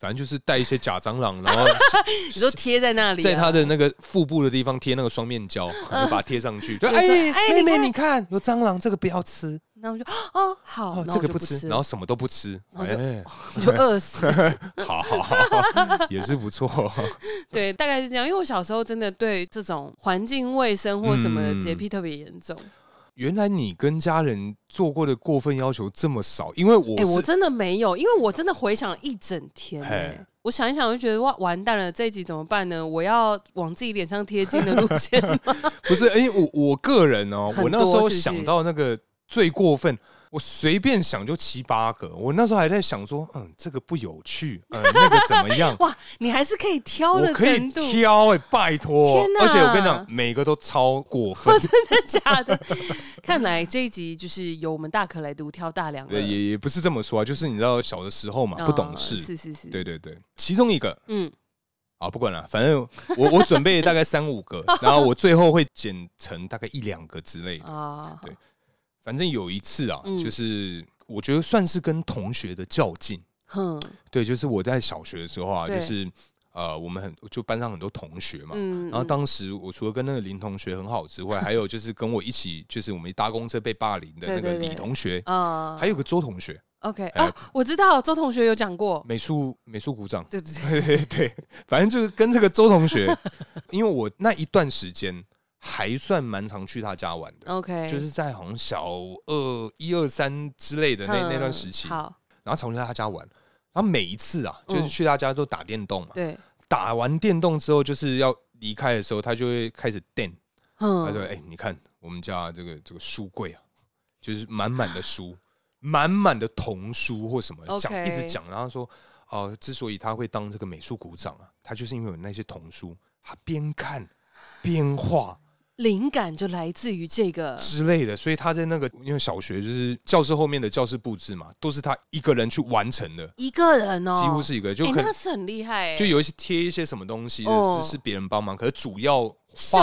Speaker 1: 反正就是带一些假蟑螂，然后
Speaker 2: <laughs> 你说贴在那里、啊，
Speaker 1: 在他的那个腹部的地方贴那个双面胶，然后把它贴上去。对，
Speaker 2: 就是
Speaker 1: 哎
Speaker 2: 哎，
Speaker 1: 妹
Speaker 2: 你
Speaker 1: 妹
Speaker 2: 看
Speaker 1: 你看有蟑螂，这个不要吃，
Speaker 2: 然后我就哦好，
Speaker 1: 哦
Speaker 2: 然
Speaker 1: 这
Speaker 2: 后我
Speaker 1: 个
Speaker 2: 就
Speaker 1: 不
Speaker 2: 不
Speaker 1: 吃，
Speaker 2: 吃，
Speaker 1: 然后什么都不吃。
Speaker 2: 然后就
Speaker 1: 哎，
Speaker 2: 你就 <laughs> 饿死。
Speaker 1: 好好好，也是不错。 <laughs>
Speaker 2: <laughs> 对，大概是这样。因为我小时候真的对这种环境卫生或什么的洁
Speaker 1: 嗯
Speaker 2: 癖特别严重。
Speaker 1: 原来你跟家人做过的过分要求这么少，因为我
Speaker 2: 哎、我
Speaker 1: 是
Speaker 2: 真的没有，因为我真的回想了一整天、
Speaker 1: 嘿
Speaker 2: 哎，我想一想，我就觉得哇，完蛋了，这一集怎么办呢？我要往自己脸上贴金的路
Speaker 1: <laughs>
Speaker 2: 线吗，
Speaker 1: 不是？因为我我个人哦，
Speaker 2: 很
Speaker 1: 我那时
Speaker 2: 多
Speaker 1: 候
Speaker 2: 是不是
Speaker 1: 想到那个最过分。我随便想就七八个，我那时候还在想说，嗯，这个不有趣，嗯，那个怎么样？
Speaker 2: <laughs> 哇，你还是可以挑
Speaker 1: 我
Speaker 2: 的
Speaker 1: 可以
Speaker 2: 程度，
Speaker 1: 挑哎、拜托
Speaker 2: 天！哪
Speaker 1: 而且我跟你讲，每个都超过分，
Speaker 2: <laughs> 真的假的？看来这一集就是由我们大可来独挑大梁了。
Speaker 1: 呃也也不是这么说啊，就是你知道小的时候嘛，
Speaker 2: 哦
Speaker 1: 不懂事，
Speaker 2: 是是是，
Speaker 1: 对对对。其中一个
Speaker 2: 嗯，
Speaker 1: 啊，不管了，反正我我准备了大概三五个， <laughs> 然后我最后会剪成大概一两个之类的。
Speaker 2: 啊，
Speaker 1: 对反正有一次啊，
Speaker 2: 嗯
Speaker 1: 就是我觉得算是跟同学的较劲，
Speaker 2: 哼，
Speaker 1: 对，就是我在小学的时候啊，
Speaker 2: 对
Speaker 1: 就是呃，我们很就班上很多同学嘛，
Speaker 2: 嗯，
Speaker 1: 然后
Speaker 2: 嗯
Speaker 1: 当时我除了跟那个林同学很好之
Speaker 2: <laughs>
Speaker 1: 外，还有就是跟我一起，就是我们搭公车被霸凌的那
Speaker 2: 对
Speaker 1: 个
Speaker 2: 对对
Speaker 1: 李同学，
Speaker 2: 啊
Speaker 1: 还有个周同学，
Speaker 2: ，OK，
Speaker 1: 还
Speaker 2: 哦
Speaker 1: 有，
Speaker 2: 我知道周同学有讲过，。
Speaker 1: 美术美术股长 <laughs>
Speaker 2: 对对对，
Speaker 1: 对对对，反正就是跟这个周同
Speaker 2: <laughs>
Speaker 1: 学，因为我那一段时间还算蛮常去他家玩的，
Speaker 2: ，OK，
Speaker 1: 就是在好像小二一二三之类的那
Speaker 2: 嗯
Speaker 1: 那段时期，
Speaker 2: 好，
Speaker 1: 然后常去他家玩，然后每一次啊，就是
Speaker 2: 嗯
Speaker 1: 去他家都打电动嘛，
Speaker 2: 对，
Speaker 1: 打完电动之后就是要离开的时候，他就会开始电，他说：“
Speaker 2: 嗯，
Speaker 1: 哎、你看我们家这个这个书柜啊，就是满满的书，满满的童书或什么的，讲
Speaker 2: OK
Speaker 1: 一直讲。然后说，哦、之所以他会当这个美术股长啊，他就是因为有那些童书，他边看边画
Speaker 2: 灵感就来自于这个，
Speaker 1: 之类的，所以他在那个因为小学就是教室后面的教室布置嘛，都是他一个人去完成的，
Speaker 2: 一个人哦，
Speaker 1: 几乎，是一个，就
Speaker 2: 哎，
Speaker 1: 可能
Speaker 2: 那是很厉害，
Speaker 1: 就
Speaker 2: 哎
Speaker 1: 有一些贴一些什么东西
Speaker 2: 哦
Speaker 1: 是是别人帮忙，可是主要画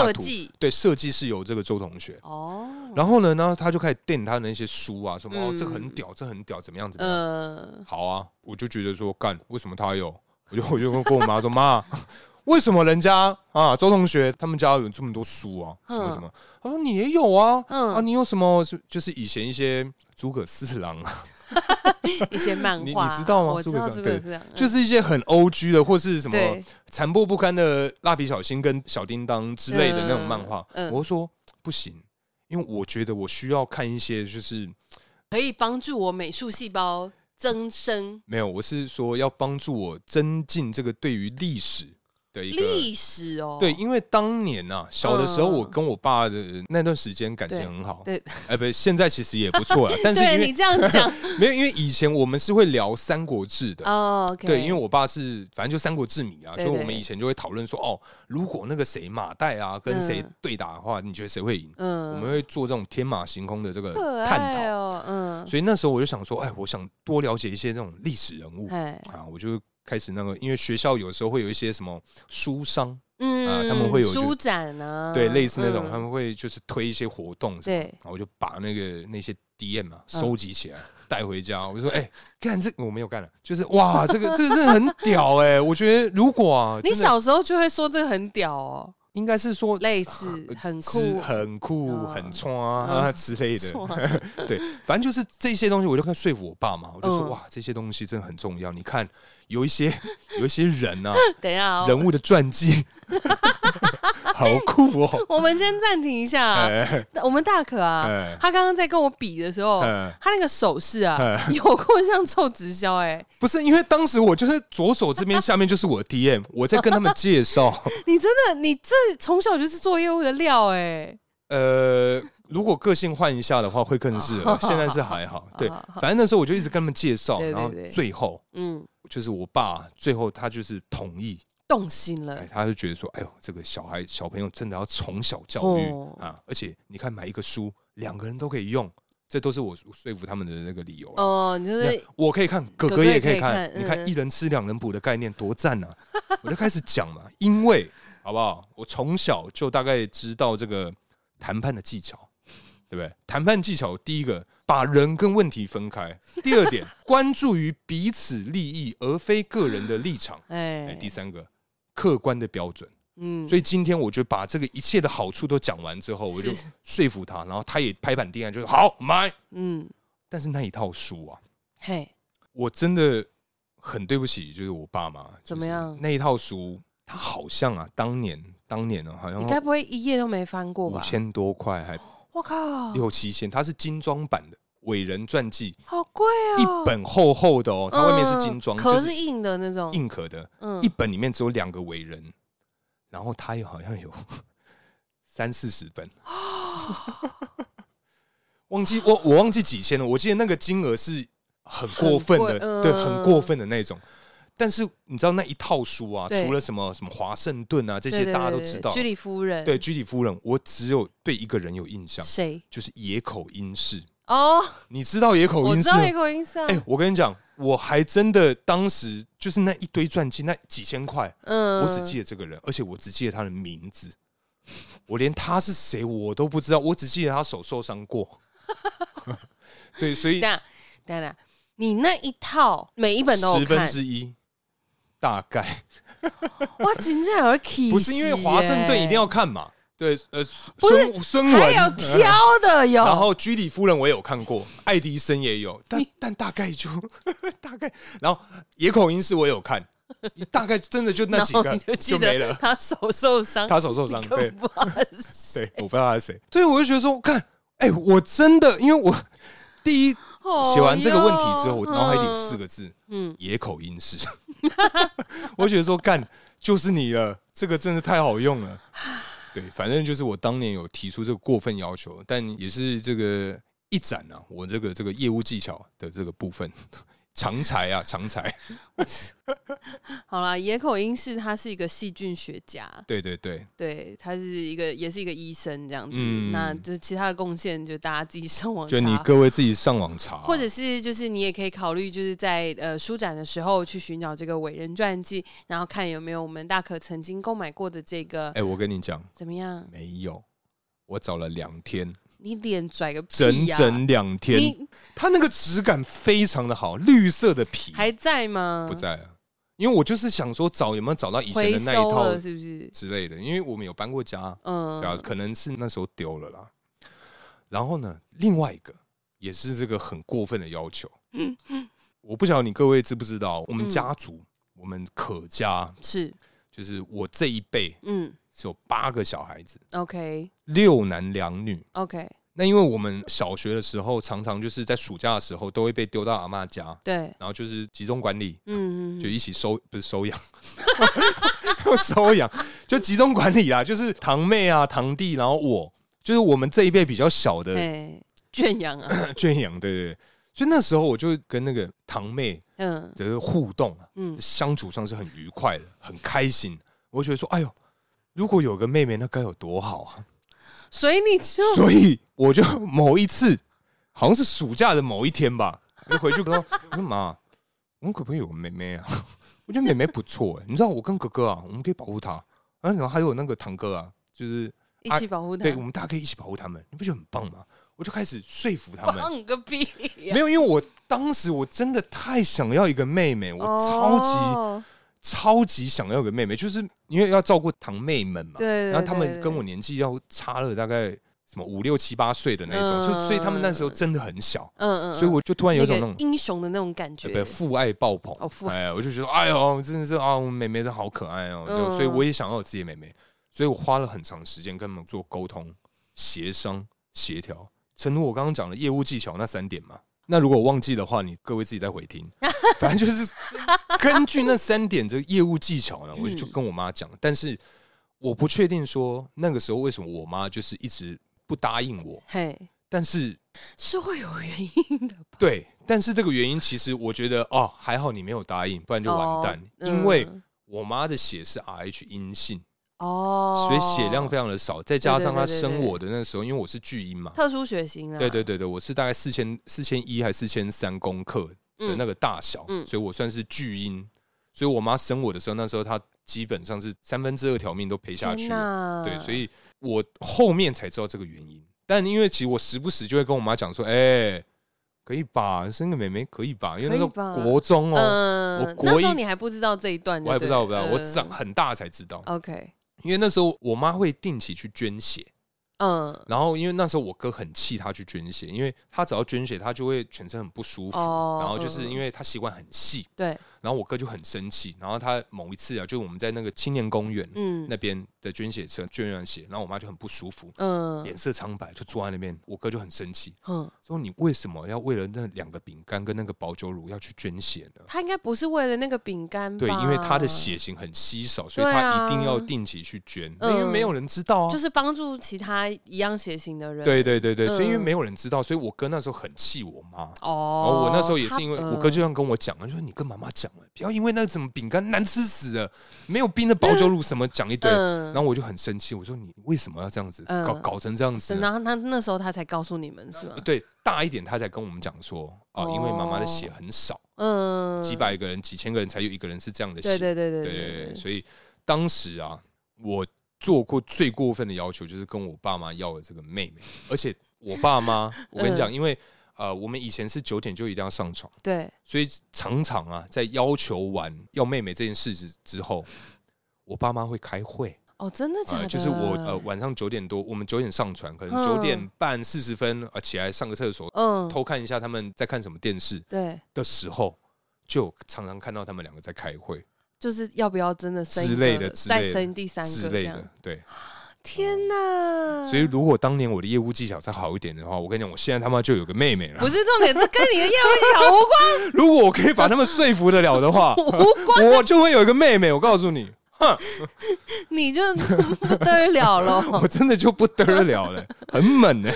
Speaker 2: 设
Speaker 1: 图
Speaker 2: 计，
Speaker 1: 对设计是由这个周同学。
Speaker 2: 哦，
Speaker 1: 然后呢，然后他就开始电他的那些书啊，什么、哦
Speaker 2: 嗯，
Speaker 1: 这个很屌，这很屌，怎么样怎么样？
Speaker 2: 呃，
Speaker 1: 好啊，我就觉得说干，为什么他有？我就我就跟我妈说，妈， <laughs> 为什么人家啊周同学他们家有这么多书啊，什么
Speaker 2: 嗯
Speaker 1: 什么？他说你也有啊，
Speaker 2: 嗯
Speaker 1: 啊你有什么？就就是以前一些诸葛四郎啊，
Speaker 2: 一些漫
Speaker 1: 你
Speaker 2: 画，
Speaker 1: 你知道吗
Speaker 2: 我知
Speaker 1: 诸葛
Speaker 2: 道
Speaker 1: 亮
Speaker 2: 这
Speaker 1: 对
Speaker 2: 个是这样，嗯
Speaker 1: 就是是一些很 O G 的，或是什么
Speaker 2: 对，
Speaker 1: 残破不堪的蜡笔小新跟小叮当之类的那种漫画，
Speaker 2: 嗯嗯
Speaker 1: 我就说不行，因为我觉得我需要看一些就是。
Speaker 2: 可以帮助我美术细胞增生。
Speaker 1: 没有，我是说要帮助我增进这个对于历史的一个
Speaker 2: 历史哦，
Speaker 1: 对，因为当年啊，小的时候
Speaker 2: 嗯
Speaker 1: 我跟我爸的那段时间感情
Speaker 2: 对
Speaker 1: 很好，
Speaker 2: 对，
Speaker 1: 哎，不，现在其实也不错
Speaker 2: <laughs>
Speaker 1: 了。但是
Speaker 2: 对
Speaker 1: 因
Speaker 2: 你
Speaker 1: 为
Speaker 2: 这样
Speaker 1: <laughs>
Speaker 2: 讲
Speaker 1: 没有，因为以前我们是会聊《三国志》的，
Speaker 2: 哦，OK，
Speaker 1: 对，因为我爸是反正就《三国志》迷啊，所
Speaker 2: 对
Speaker 1: 以我
Speaker 2: 对
Speaker 1: 们以前就会讨论说，哦，如果那个谁马岱啊跟谁
Speaker 2: 嗯
Speaker 1: 对打的话，你觉得谁会赢？
Speaker 2: 嗯，
Speaker 1: 我们会做这种天马行空的这个
Speaker 2: 可
Speaker 1: 探
Speaker 2: 爱
Speaker 1: 讨。
Speaker 2: 哦，嗯，
Speaker 1: 所以那时候我就想说，哎，我想多了解一些这种历史人物
Speaker 2: 哎，
Speaker 1: 啊，我就开始那个，因为学校有时候会有一些什么书商，
Speaker 2: 嗯、
Speaker 1: 啊他们会有就
Speaker 2: 书展啊，
Speaker 1: 对，类似那种
Speaker 2: 嗯
Speaker 1: 他们会就是推一些活动什么，
Speaker 2: 对，
Speaker 1: 然后我就把那个那些 DM 啊
Speaker 2: 嗯
Speaker 1: 收集起来带回家，我就说，哎，干这我没有干了，就是哇，这个这个真的很屌哎，我觉得如果啊，
Speaker 2: 你
Speaker 1: 真的
Speaker 2: 小时候就会说这个很屌哦，
Speaker 1: 应该是说
Speaker 2: 类似很
Speaker 1: 吃
Speaker 2: 酷，
Speaker 1: 很酷、
Speaker 2: 嗯
Speaker 1: 很穿啊之类的，
Speaker 2: 爽
Speaker 1: <laughs> 对，反正就是这些东西，我就看说服我爸嘛，我就说、
Speaker 2: 嗯
Speaker 1: 哇，这些东西真的很重要。你看，有一些有一些人
Speaker 2: <laughs>
Speaker 1: 啊，
Speaker 2: 等一下、哦，
Speaker 1: 人物的传记， <laughs> 好酷
Speaker 2: <laughs>
Speaker 1: 哦！
Speaker 2: 我们先暂停一下、啊
Speaker 1: 哎
Speaker 2: 我们大可啊，
Speaker 1: 哎
Speaker 2: 他刚刚在跟我比的时候，
Speaker 1: 哎
Speaker 2: 他那个手势啊，
Speaker 1: 哎
Speaker 2: 有够像臭直销哎、
Speaker 1: 不是因为当时我就是左手这边下面就是我的 DM，我在跟他们介
Speaker 2: <laughs>
Speaker 1: 绍，
Speaker 2: 你真的，你这从小就是做业务的料哎、
Speaker 1: 呃。如果个性换一下的话，会更适
Speaker 2: <laughs>
Speaker 1: 合。现在是还好，对，反正那时候我就一直跟他们介绍，
Speaker 2: 啊对对
Speaker 1: 然后
Speaker 2: 对
Speaker 1: 最后
Speaker 2: 嗯，
Speaker 1: 就是我爸最后他就是同意，
Speaker 2: 动心了
Speaker 1: 哎，，他就觉得说，哎呦，这个小孩小朋友真的要从小教育、
Speaker 2: 哦
Speaker 1: 啊，而且你看买一个书，两个人都可以用，这都是我说服他们的那个理由啊。
Speaker 2: 哦，你就
Speaker 1: 那
Speaker 2: 是
Speaker 1: 我可以看，哥
Speaker 2: 哥
Speaker 1: 哥
Speaker 2: 也
Speaker 1: 也可
Speaker 2: 可
Speaker 1: 以
Speaker 2: 以
Speaker 1: 看。
Speaker 2: 看
Speaker 1: 你
Speaker 2: 嗯
Speaker 1: 看“一人吃两人补”的概念多赞啊！我就开始讲嘛，因为好不好？我从小就大概知道这个谈判的技巧，对不对？谈判技巧第一个，把人跟问题分开；第二 <laughs> 点，关注于彼此利益而非个人的立场。哎、
Speaker 2: 哎
Speaker 1: 第，三个，客观的标准。
Speaker 2: 嗯，
Speaker 1: 所以今天我就把这个一切的好处都讲完之后，我就是说服他，然后他也拍板定案，就是好买。
Speaker 2: 嗯，
Speaker 1: 但是那一套书啊，
Speaker 2: 嘿，
Speaker 1: 我真的很对不起，就是我爸妈。就是
Speaker 2: 怎么样
Speaker 1: 那一套书，它好像啊，当年当年呢、哦好
Speaker 2: 你该
Speaker 1: 像
Speaker 2: 不会一页都没翻过
Speaker 1: 五
Speaker 2: 吧？哦
Speaker 1: 千多块，还
Speaker 2: 我靠，
Speaker 1: 六七千，它是精装版的伟人传记，
Speaker 2: 好贵哦，
Speaker 1: 一本厚厚的哦，它外面是
Speaker 2: 嗯
Speaker 1: 精装，
Speaker 2: 壳
Speaker 1: 就是
Speaker 2: 硬的那种，
Speaker 1: 硬壳的，
Speaker 2: 嗯
Speaker 1: 一本里面只有两个伟人，然后他也好像有 <laughs> 三四十本，忘记我我忘记几千了，我记得那个金额是很过分的，
Speaker 2: 很贵嗯
Speaker 1: 对，很过分的那种。但是你知道那一套书啊，
Speaker 2: 对
Speaker 1: 除了什么什么华盛顿啊这
Speaker 2: 这
Speaker 1: 些大家都知道，
Speaker 2: 居里夫人，
Speaker 1: 对，居里夫人，我只有对一个人有印象，
Speaker 2: 谁？
Speaker 1: 就是野口英世。
Speaker 2: 哦，
Speaker 1: 你知道野口英
Speaker 2: 我知
Speaker 1: 世
Speaker 2: 道
Speaker 1: 吗？
Speaker 2: 野口英世啊，
Speaker 1: 哎、我跟你讲，我还真的当时就是那一堆传记，那几千块，
Speaker 2: 嗯
Speaker 1: 我只记得这个人，而且我只记得他的名字，我连他是谁我都不知道，我只记得他手受伤过。 <laughs> 对，所以
Speaker 2: 等下等下等下，你那一套每一本都
Speaker 1: 十
Speaker 2: 有
Speaker 1: 分
Speaker 2: 看，
Speaker 1: 之一大概
Speaker 2: 哇，真正有 key，
Speaker 1: 不是因为华盛顿一定要看嘛？对，呃，
Speaker 2: 不是
Speaker 1: 孙孙
Speaker 2: 还有
Speaker 1: 文，啊
Speaker 2: 挑的有，
Speaker 1: <laughs> 然后居里夫人我也有看过，爱迪生也有，但但大概就 <laughs> 大概，然后野口英世我也有看，大概真的就那
Speaker 2: 然
Speaker 1: 几
Speaker 2: 后
Speaker 1: 个
Speaker 2: 你就记
Speaker 1: 就没
Speaker 2: 得
Speaker 1: 了。
Speaker 2: 他手受伤，
Speaker 1: 他手受伤，
Speaker 2: 你
Speaker 1: 对
Speaker 2: 根本不知道他是谁
Speaker 1: 对，我不知道他是谁。对，我就觉得说，看，哎、我真的，因为我 <laughs> 第一写完这个问题之后，我脑海里四，
Speaker 2: 哦哦哟
Speaker 1: 个字：
Speaker 2: 嗯，
Speaker 1: 野口英世。 <laughs> 我觉得说，干，就是你了，这个真的太好用了。对，反正就是我当年有提出这个过分要求，但也是这个一展啊，我这个这个业务技巧的这个部分。 <laughs> 常才啊，常才，
Speaker 2: 嗯好啦，野口英世他是一个细菌学家，
Speaker 1: 对对对，
Speaker 2: 对他是一个也是一个医生这样子，
Speaker 1: 嗯
Speaker 2: 那就其他的贡献就大家自己上网
Speaker 1: 就
Speaker 2: 查
Speaker 1: 你各位自己上网查，啊
Speaker 2: 或者是就是你也可以考虑，就是在呃书展的时候去寻找这个伟人传记，然后看有没有我们大可曾经购买过的这个、
Speaker 1: 哎、我跟你讲，
Speaker 2: 怎么样？
Speaker 1: 没有，我找了两天，
Speaker 2: 你脸拽个屁
Speaker 1: 整
Speaker 2: 呀、
Speaker 1: 整两天，
Speaker 2: 你
Speaker 1: 它那个质感非常的好，绿色的皮
Speaker 2: 还在吗？
Speaker 1: 不，在了，因为我就是想说找有没有找到以前
Speaker 2: 回
Speaker 1: 的那一
Speaker 2: 收
Speaker 1: 套
Speaker 2: 了是不是？
Speaker 1: 之类的，因为我们有搬过家，
Speaker 2: 嗯，
Speaker 1: 对啊，可能是那时候丢了啦。然后呢，另外一个也是这个很过分的要求，我不晓得你各位知不知道，我们
Speaker 2: 嗯
Speaker 1: 家族，我们可家
Speaker 2: 是，
Speaker 1: 就是我这一辈
Speaker 2: 嗯
Speaker 1: 是有八个小孩子，
Speaker 2: ，OK
Speaker 1: 六男两女，
Speaker 2: OK，
Speaker 1: 那因为我们小学的时候，常常就是在暑假的时候都会被丢到阿嬷家，
Speaker 2: 对，
Speaker 1: 然后就是集中管理，
Speaker 2: 嗯，嗯
Speaker 1: 就一起收不是收养， <laughs> 又收养，就集中管理啦，就是堂妹啊、堂弟，然后我，就是我们这一辈比较小
Speaker 2: 嗯
Speaker 1: 的
Speaker 2: 哎，圈养啊，
Speaker 1: <laughs> 圈养，对对对。所以那时候我就跟那个堂妹
Speaker 2: 嗯
Speaker 1: 的互动啊，
Speaker 2: 嗯，
Speaker 1: 相处上是很愉快的，很开心。我就觉得说，哎呦，如果有个妹妹，那该有多好啊！
Speaker 2: 所以你就
Speaker 1: <laughs> 所以我就某一次，好像是暑假的某一天吧，我就回去跟她说：“我说妈，我们可不可以有个妹妹啊？我觉得妹妹不错、欸，你知道我跟哥哥啊，我们可以保护她，然后还有那个堂哥啊，就是
Speaker 2: 一起保护他
Speaker 1: 对，，我们大家可以一起保护他们，你不觉得很棒吗？”我就开始说服他们，
Speaker 2: 放个屁呀
Speaker 1: 没！有，因为我当时我真的太想要一个妹妹，我超级、
Speaker 2: 哦
Speaker 1: 超级想要有个妹妹，就是因为要照顾堂妹们嘛。
Speaker 2: 对对对
Speaker 1: 然后他们跟
Speaker 2: 对
Speaker 1: 我年纪要差了大概什么五六七八岁的那种，
Speaker 2: 嗯
Speaker 1: 就所以他们那时候真的很小，
Speaker 2: 嗯嗯，
Speaker 1: 所以我就突然有一种那
Speaker 2: 那
Speaker 1: 种
Speaker 2: 个。英雄的那种感觉，
Speaker 1: 对，父爱爆棚，
Speaker 2: 哦父爱
Speaker 1: 哎，我就觉得，哎呦，真的是啊，我妹妹真好可爱哦，对
Speaker 2: 嗯
Speaker 1: 所以我也想要有自己的妹妹，所以我花了很长时间跟他们做沟通、协商、协调，正如我刚刚讲的业务技巧那三点嘛。那如果我忘记的话，你各位自己再回
Speaker 2: <laughs>
Speaker 1: 听。反正就是根据那三点这个业务技巧呢，我就
Speaker 2: 嗯
Speaker 1: 跟我妈讲，但是我不确定说那个时候为什么我妈就是一直不答应我，
Speaker 2: 嘿，
Speaker 1: 但是
Speaker 2: 是会有原因的吧？
Speaker 1: 对，但是这个原因其实我觉得哦，还好你没有答应，不然就完蛋。
Speaker 2: 哦
Speaker 1: 因为
Speaker 2: 嗯
Speaker 1: 我妈的血是 RH 阴性，
Speaker 2: 哦，
Speaker 1: 所以血量非常的少，再加上她
Speaker 2: 对对对对
Speaker 1: 生我的那个时候，因为我是巨婴嘛，
Speaker 2: 特殊血型啊，
Speaker 1: 对对对对，我是大概四千四千一还四千三公克的
Speaker 2: 嗯，
Speaker 1: 那个大小，
Speaker 2: 嗯
Speaker 1: 所以我算是巨婴。所以我妈生我的时候，那时候她基本上是三分之二条命都赔下去
Speaker 2: 天
Speaker 1: 了。
Speaker 2: 哪
Speaker 1: 对，所以我后面才知道这个原因。但因为其实我时不时就会跟我妈讲说，哎、可以吧，生个妹妹可以吧？因为那时候
Speaker 2: 可以吧
Speaker 1: 国中哦、我
Speaker 2: 嗯，
Speaker 1: 国
Speaker 2: 那时候
Speaker 1: 一
Speaker 2: 你还不知道这一段就
Speaker 1: 我
Speaker 2: 对了，
Speaker 1: 还不知道，我不知道，我长
Speaker 2: 嗯
Speaker 1: 很大才知道。
Speaker 2: OK，
Speaker 1: 因为那时候我妈会定期去捐血，
Speaker 2: 嗯，
Speaker 1: 然后因为那时候我哥很气她去捐血，因为她只要捐血，她就会全身很不舒服，
Speaker 2: 哦
Speaker 1: 然后就是
Speaker 2: 嗯
Speaker 1: 因为她习惯很细，
Speaker 2: 对，
Speaker 1: 然后我哥就很生气，然后他某一次啊，就是我们在那个青年公园。
Speaker 2: 嗯
Speaker 1: 那边的捐血车捐完血，然后我妈就很不舒服，
Speaker 2: 嗯
Speaker 1: 脸色苍白，就坐在那边。我哥就很生气，
Speaker 2: 嗯，
Speaker 1: 说：“你为什么要为了那两个饼干跟那个保酒乳要去捐血呢？”
Speaker 2: 他应该不是为了那个饼干吧，
Speaker 1: 对，因为他的血型很稀少，所以
Speaker 2: 对
Speaker 1: 他
Speaker 2: 啊
Speaker 1: 一定要定期去捐，
Speaker 2: 嗯
Speaker 1: 因为没有人知道啊。
Speaker 2: 就是帮助其他一样血型的人，
Speaker 1: 对对对对，
Speaker 2: 嗯
Speaker 1: 所以因为没有人知道，所以我哥那时候很气我妈。然后
Speaker 2: 哦，
Speaker 1: 我那时候也
Speaker 2: 他
Speaker 1: 是因为
Speaker 2: 嗯
Speaker 1: 我哥就这样跟我讲，他说：“你跟妈妈讲了，不要因为那个什么饼干难吃死了，没有
Speaker 2: <laughs>
Speaker 1: 冰的保酒乳什么讲一堆。”
Speaker 2: 嗯
Speaker 1: 然后我就很生气，我说：“你为什么要这样子
Speaker 2: 嗯
Speaker 1: 搞搞成这样子呢？”
Speaker 2: 然后他那时候他才告诉你们是吗？
Speaker 1: 对，大一点他才跟我们讲说啊，因为妈妈的
Speaker 2: 哦
Speaker 1: 血很少，
Speaker 2: 嗯，
Speaker 1: 几百个人、几千个人才有一个人是这样的血。
Speaker 2: 对，对对对
Speaker 1: 对
Speaker 2: 对
Speaker 1: 对对，所以当时啊，我做过最过分的要求就是跟我爸妈要了这个妹妹，而且我爸
Speaker 2: <laughs>
Speaker 1: 妈，我跟你
Speaker 2: 嗯
Speaker 1: 讲，因为呃，我们以前是九点就一定要上床，
Speaker 2: 对，
Speaker 1: 所以常常啊，在要求完要妹妹这件事之之后。我爸妈会开会
Speaker 2: 哦，真的假
Speaker 1: 啊、
Speaker 2: 的？
Speaker 1: 就是我呃晚上九点多，我们九点上船，可能九点半四十分啊、呃起来上个厕所，
Speaker 2: 嗯，
Speaker 1: 偷看一下他们在看什么电视
Speaker 2: 对，
Speaker 1: 的时候，就常常看到他们两个在开会
Speaker 2: 就是要不要真的生一
Speaker 1: 之
Speaker 2: 个
Speaker 1: 类的之类
Speaker 2: 再
Speaker 1: 的
Speaker 2: 生第三
Speaker 1: 之
Speaker 2: 个这
Speaker 1: 类
Speaker 2: 样
Speaker 1: 的？，对。
Speaker 2: 天哪！
Speaker 1: 所以如果当年我的业务技巧再好一点的话，我跟你讲，我现在他妈就有个妹妹了
Speaker 2: 不。是重点，这跟你的业务小无
Speaker 1: <laughs>
Speaker 2: 关，
Speaker 1: 如果我可以把他们说服得了的
Speaker 2: <laughs>
Speaker 1: 话，我就会有一个妹妹。我告诉你，
Speaker 2: 你就 <laughs> 不得了了。
Speaker 1: 我真的就不得了了，很猛呢、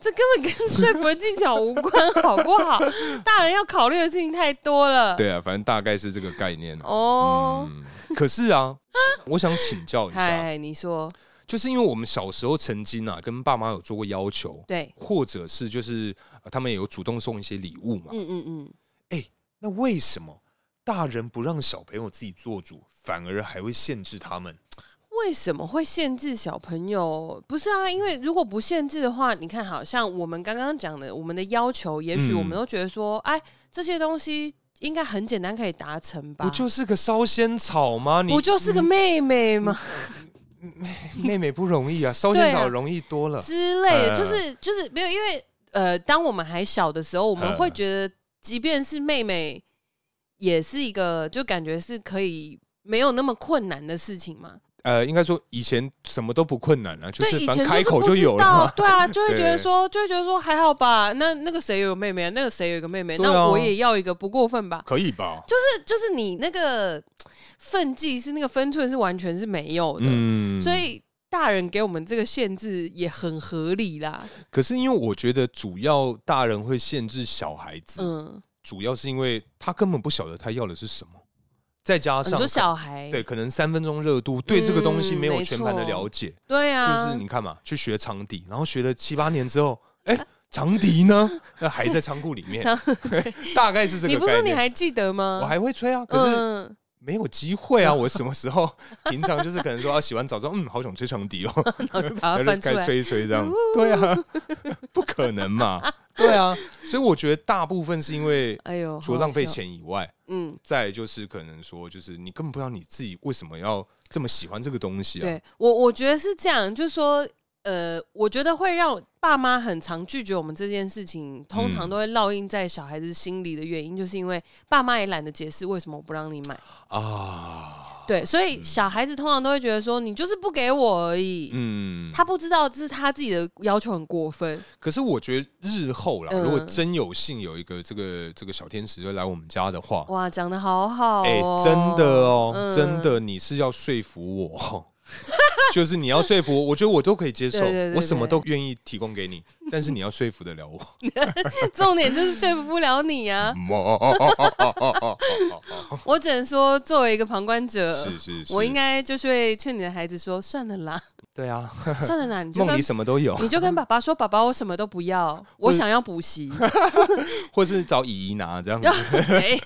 Speaker 2: 这根本跟说服技巧无关，好不好？大人要考虑的事情太多了。
Speaker 1: 对啊，反正大概是这个概念。
Speaker 2: 哦，
Speaker 1: 嗯，可是啊，我想请教一下，
Speaker 2: 嗨，你说
Speaker 1: 就是因为我们小时候曾经啊，跟爸妈有做过要求，
Speaker 2: 对？
Speaker 1: 或者是就是、呃他们也有主动送一些礼物嘛。
Speaker 2: 嗯嗯嗯，
Speaker 1: 那为什么大人不让小朋友自己做主，反而还会限制他们？
Speaker 2: 为什么会限制小朋友？不是啊，因为如果不限制的话，你看，好像我们刚刚讲的，我们的要求，也许
Speaker 1: 嗯
Speaker 2: 我们都觉得说，哎、这些东西应该很简单可以达成吧？
Speaker 1: 不就是个烧仙草吗？你嗯
Speaker 2: 不就是个妹妹吗？
Speaker 1: <laughs> 妹妹不容易
Speaker 2: <laughs>
Speaker 1: 啊，烧仙草容易多了。
Speaker 2: 之类
Speaker 1: 嗯
Speaker 2: 的，就是就是没有，因为呃，当我们还小的时候，我们
Speaker 1: 嗯
Speaker 2: 会觉得，即便是妹妹，也是一个就感觉是可以没有那么困难的事情嘛。
Speaker 1: 呃，应该说以前什么都不困难啊，就
Speaker 2: 对，
Speaker 1: 是
Speaker 2: 以
Speaker 1: 反正
Speaker 2: 前
Speaker 1: 开
Speaker 2: 是
Speaker 1: 口
Speaker 2: 不
Speaker 1: 就
Speaker 2: 知
Speaker 1: 有了
Speaker 2: 道
Speaker 1: 嘛，。
Speaker 2: 对啊，就会觉得
Speaker 1: 对
Speaker 2: 说，就会觉得说还好吧。那那个谁有个妹妹，那个谁有一个妹妹，
Speaker 1: 对啊
Speaker 2: 那我也要一个，不过分吧？
Speaker 1: <laughs> 可以吧？
Speaker 2: 就是就是你那个分际是那个分寸是完全是没有的，
Speaker 1: 嗯
Speaker 2: 所以大人给我们这个限制也很合理啦。
Speaker 1: 可是因为我觉得主要大人会限制小孩子，
Speaker 2: 嗯，
Speaker 1: 主要是因为他根本不晓得他要的是什么，再加
Speaker 2: 哦你
Speaker 1: 上
Speaker 2: 说小孩
Speaker 1: 对可能三分钟热度，对这个东西
Speaker 2: 嗯
Speaker 1: 没有
Speaker 2: 没
Speaker 1: 全盘的
Speaker 2: 错
Speaker 1: 了解，
Speaker 2: 对啊，
Speaker 1: 就是你看嘛，去学长笛，然后学了七八年之后，哎、长笛
Speaker 2: <laughs>
Speaker 1: 呢？那还在仓库里面， <laughs> 大概是这
Speaker 2: 你
Speaker 1: 个
Speaker 2: 不是
Speaker 1: 概
Speaker 2: 说你
Speaker 1: 念。
Speaker 2: 还记得吗？
Speaker 1: 我还会吹啊，可是
Speaker 2: 嗯、 <laughs>
Speaker 1: 没有机会啊！我什么时候平常就是可能说啊，洗完澡之后，嗯，好想吹长笛 <laughs> 哦，
Speaker 2: 然后就把它
Speaker 1: 然后
Speaker 2: 翻
Speaker 1: 就开始
Speaker 2: 出来。
Speaker 1: 吹一吹这样。对啊， <laughs> 不可能嘛，对啊。所以我觉得大部分是因为
Speaker 2: 哎呦，
Speaker 1: 除了
Speaker 2: 好好
Speaker 1: 浪费
Speaker 2: 笑，
Speaker 1: 钱以外，
Speaker 2: 嗯。
Speaker 1: 再就是可能说，就是你根本不知道你自己为什么要这么喜欢这个东西啊。
Speaker 2: 对我，我觉得是这样，就是说，呃，我觉得会让爸妈很常拒绝我们这件事情，通常
Speaker 1: 嗯
Speaker 2: 都会烙印在小孩子心里的原因，就是因为爸妈也懒得解释为什么我不让你买。
Speaker 1: 啊，
Speaker 2: 对，所以小孩子通常都会觉得说，你就是不给我而已。
Speaker 1: 嗯，
Speaker 2: 他不知道这是他自己的要求很过分，
Speaker 1: 可是我觉得日后啦，
Speaker 2: 嗯
Speaker 1: 如果真有幸有一个这个这个小天使就来我们家的话，
Speaker 2: 哇，讲的好好、哦，
Speaker 1: 哎、真的哦，
Speaker 2: 嗯
Speaker 1: 真的，你是要说服我， <laughs> 就是你要说服我，我觉得我都可以接受，
Speaker 2: 对对对
Speaker 1: 我什么都愿意提供给你，但是你要说服得了我。
Speaker 2: <laughs> 重点就是说服不了你啊！我只能说，作为一个旁观
Speaker 1: <laughs>
Speaker 2: 者，
Speaker 1: 是是是，
Speaker 2: 我应该就是会劝你的孩子说：“算了
Speaker 1: <laughs>
Speaker 2: 啦，
Speaker 1: 对啊，
Speaker 2: 算了啦，你就
Speaker 1: 梦
Speaker 2: 跟
Speaker 1: 里什么都
Speaker 2: <laughs>
Speaker 1: 有，
Speaker 2: 你就跟爸爸说，爸爸，我什么都不
Speaker 1: <laughs>
Speaker 2: 要，我想要补习。
Speaker 1: 或是找姨姨拿这
Speaker 2: <laughs>
Speaker 1: 样子。
Speaker 2: 哎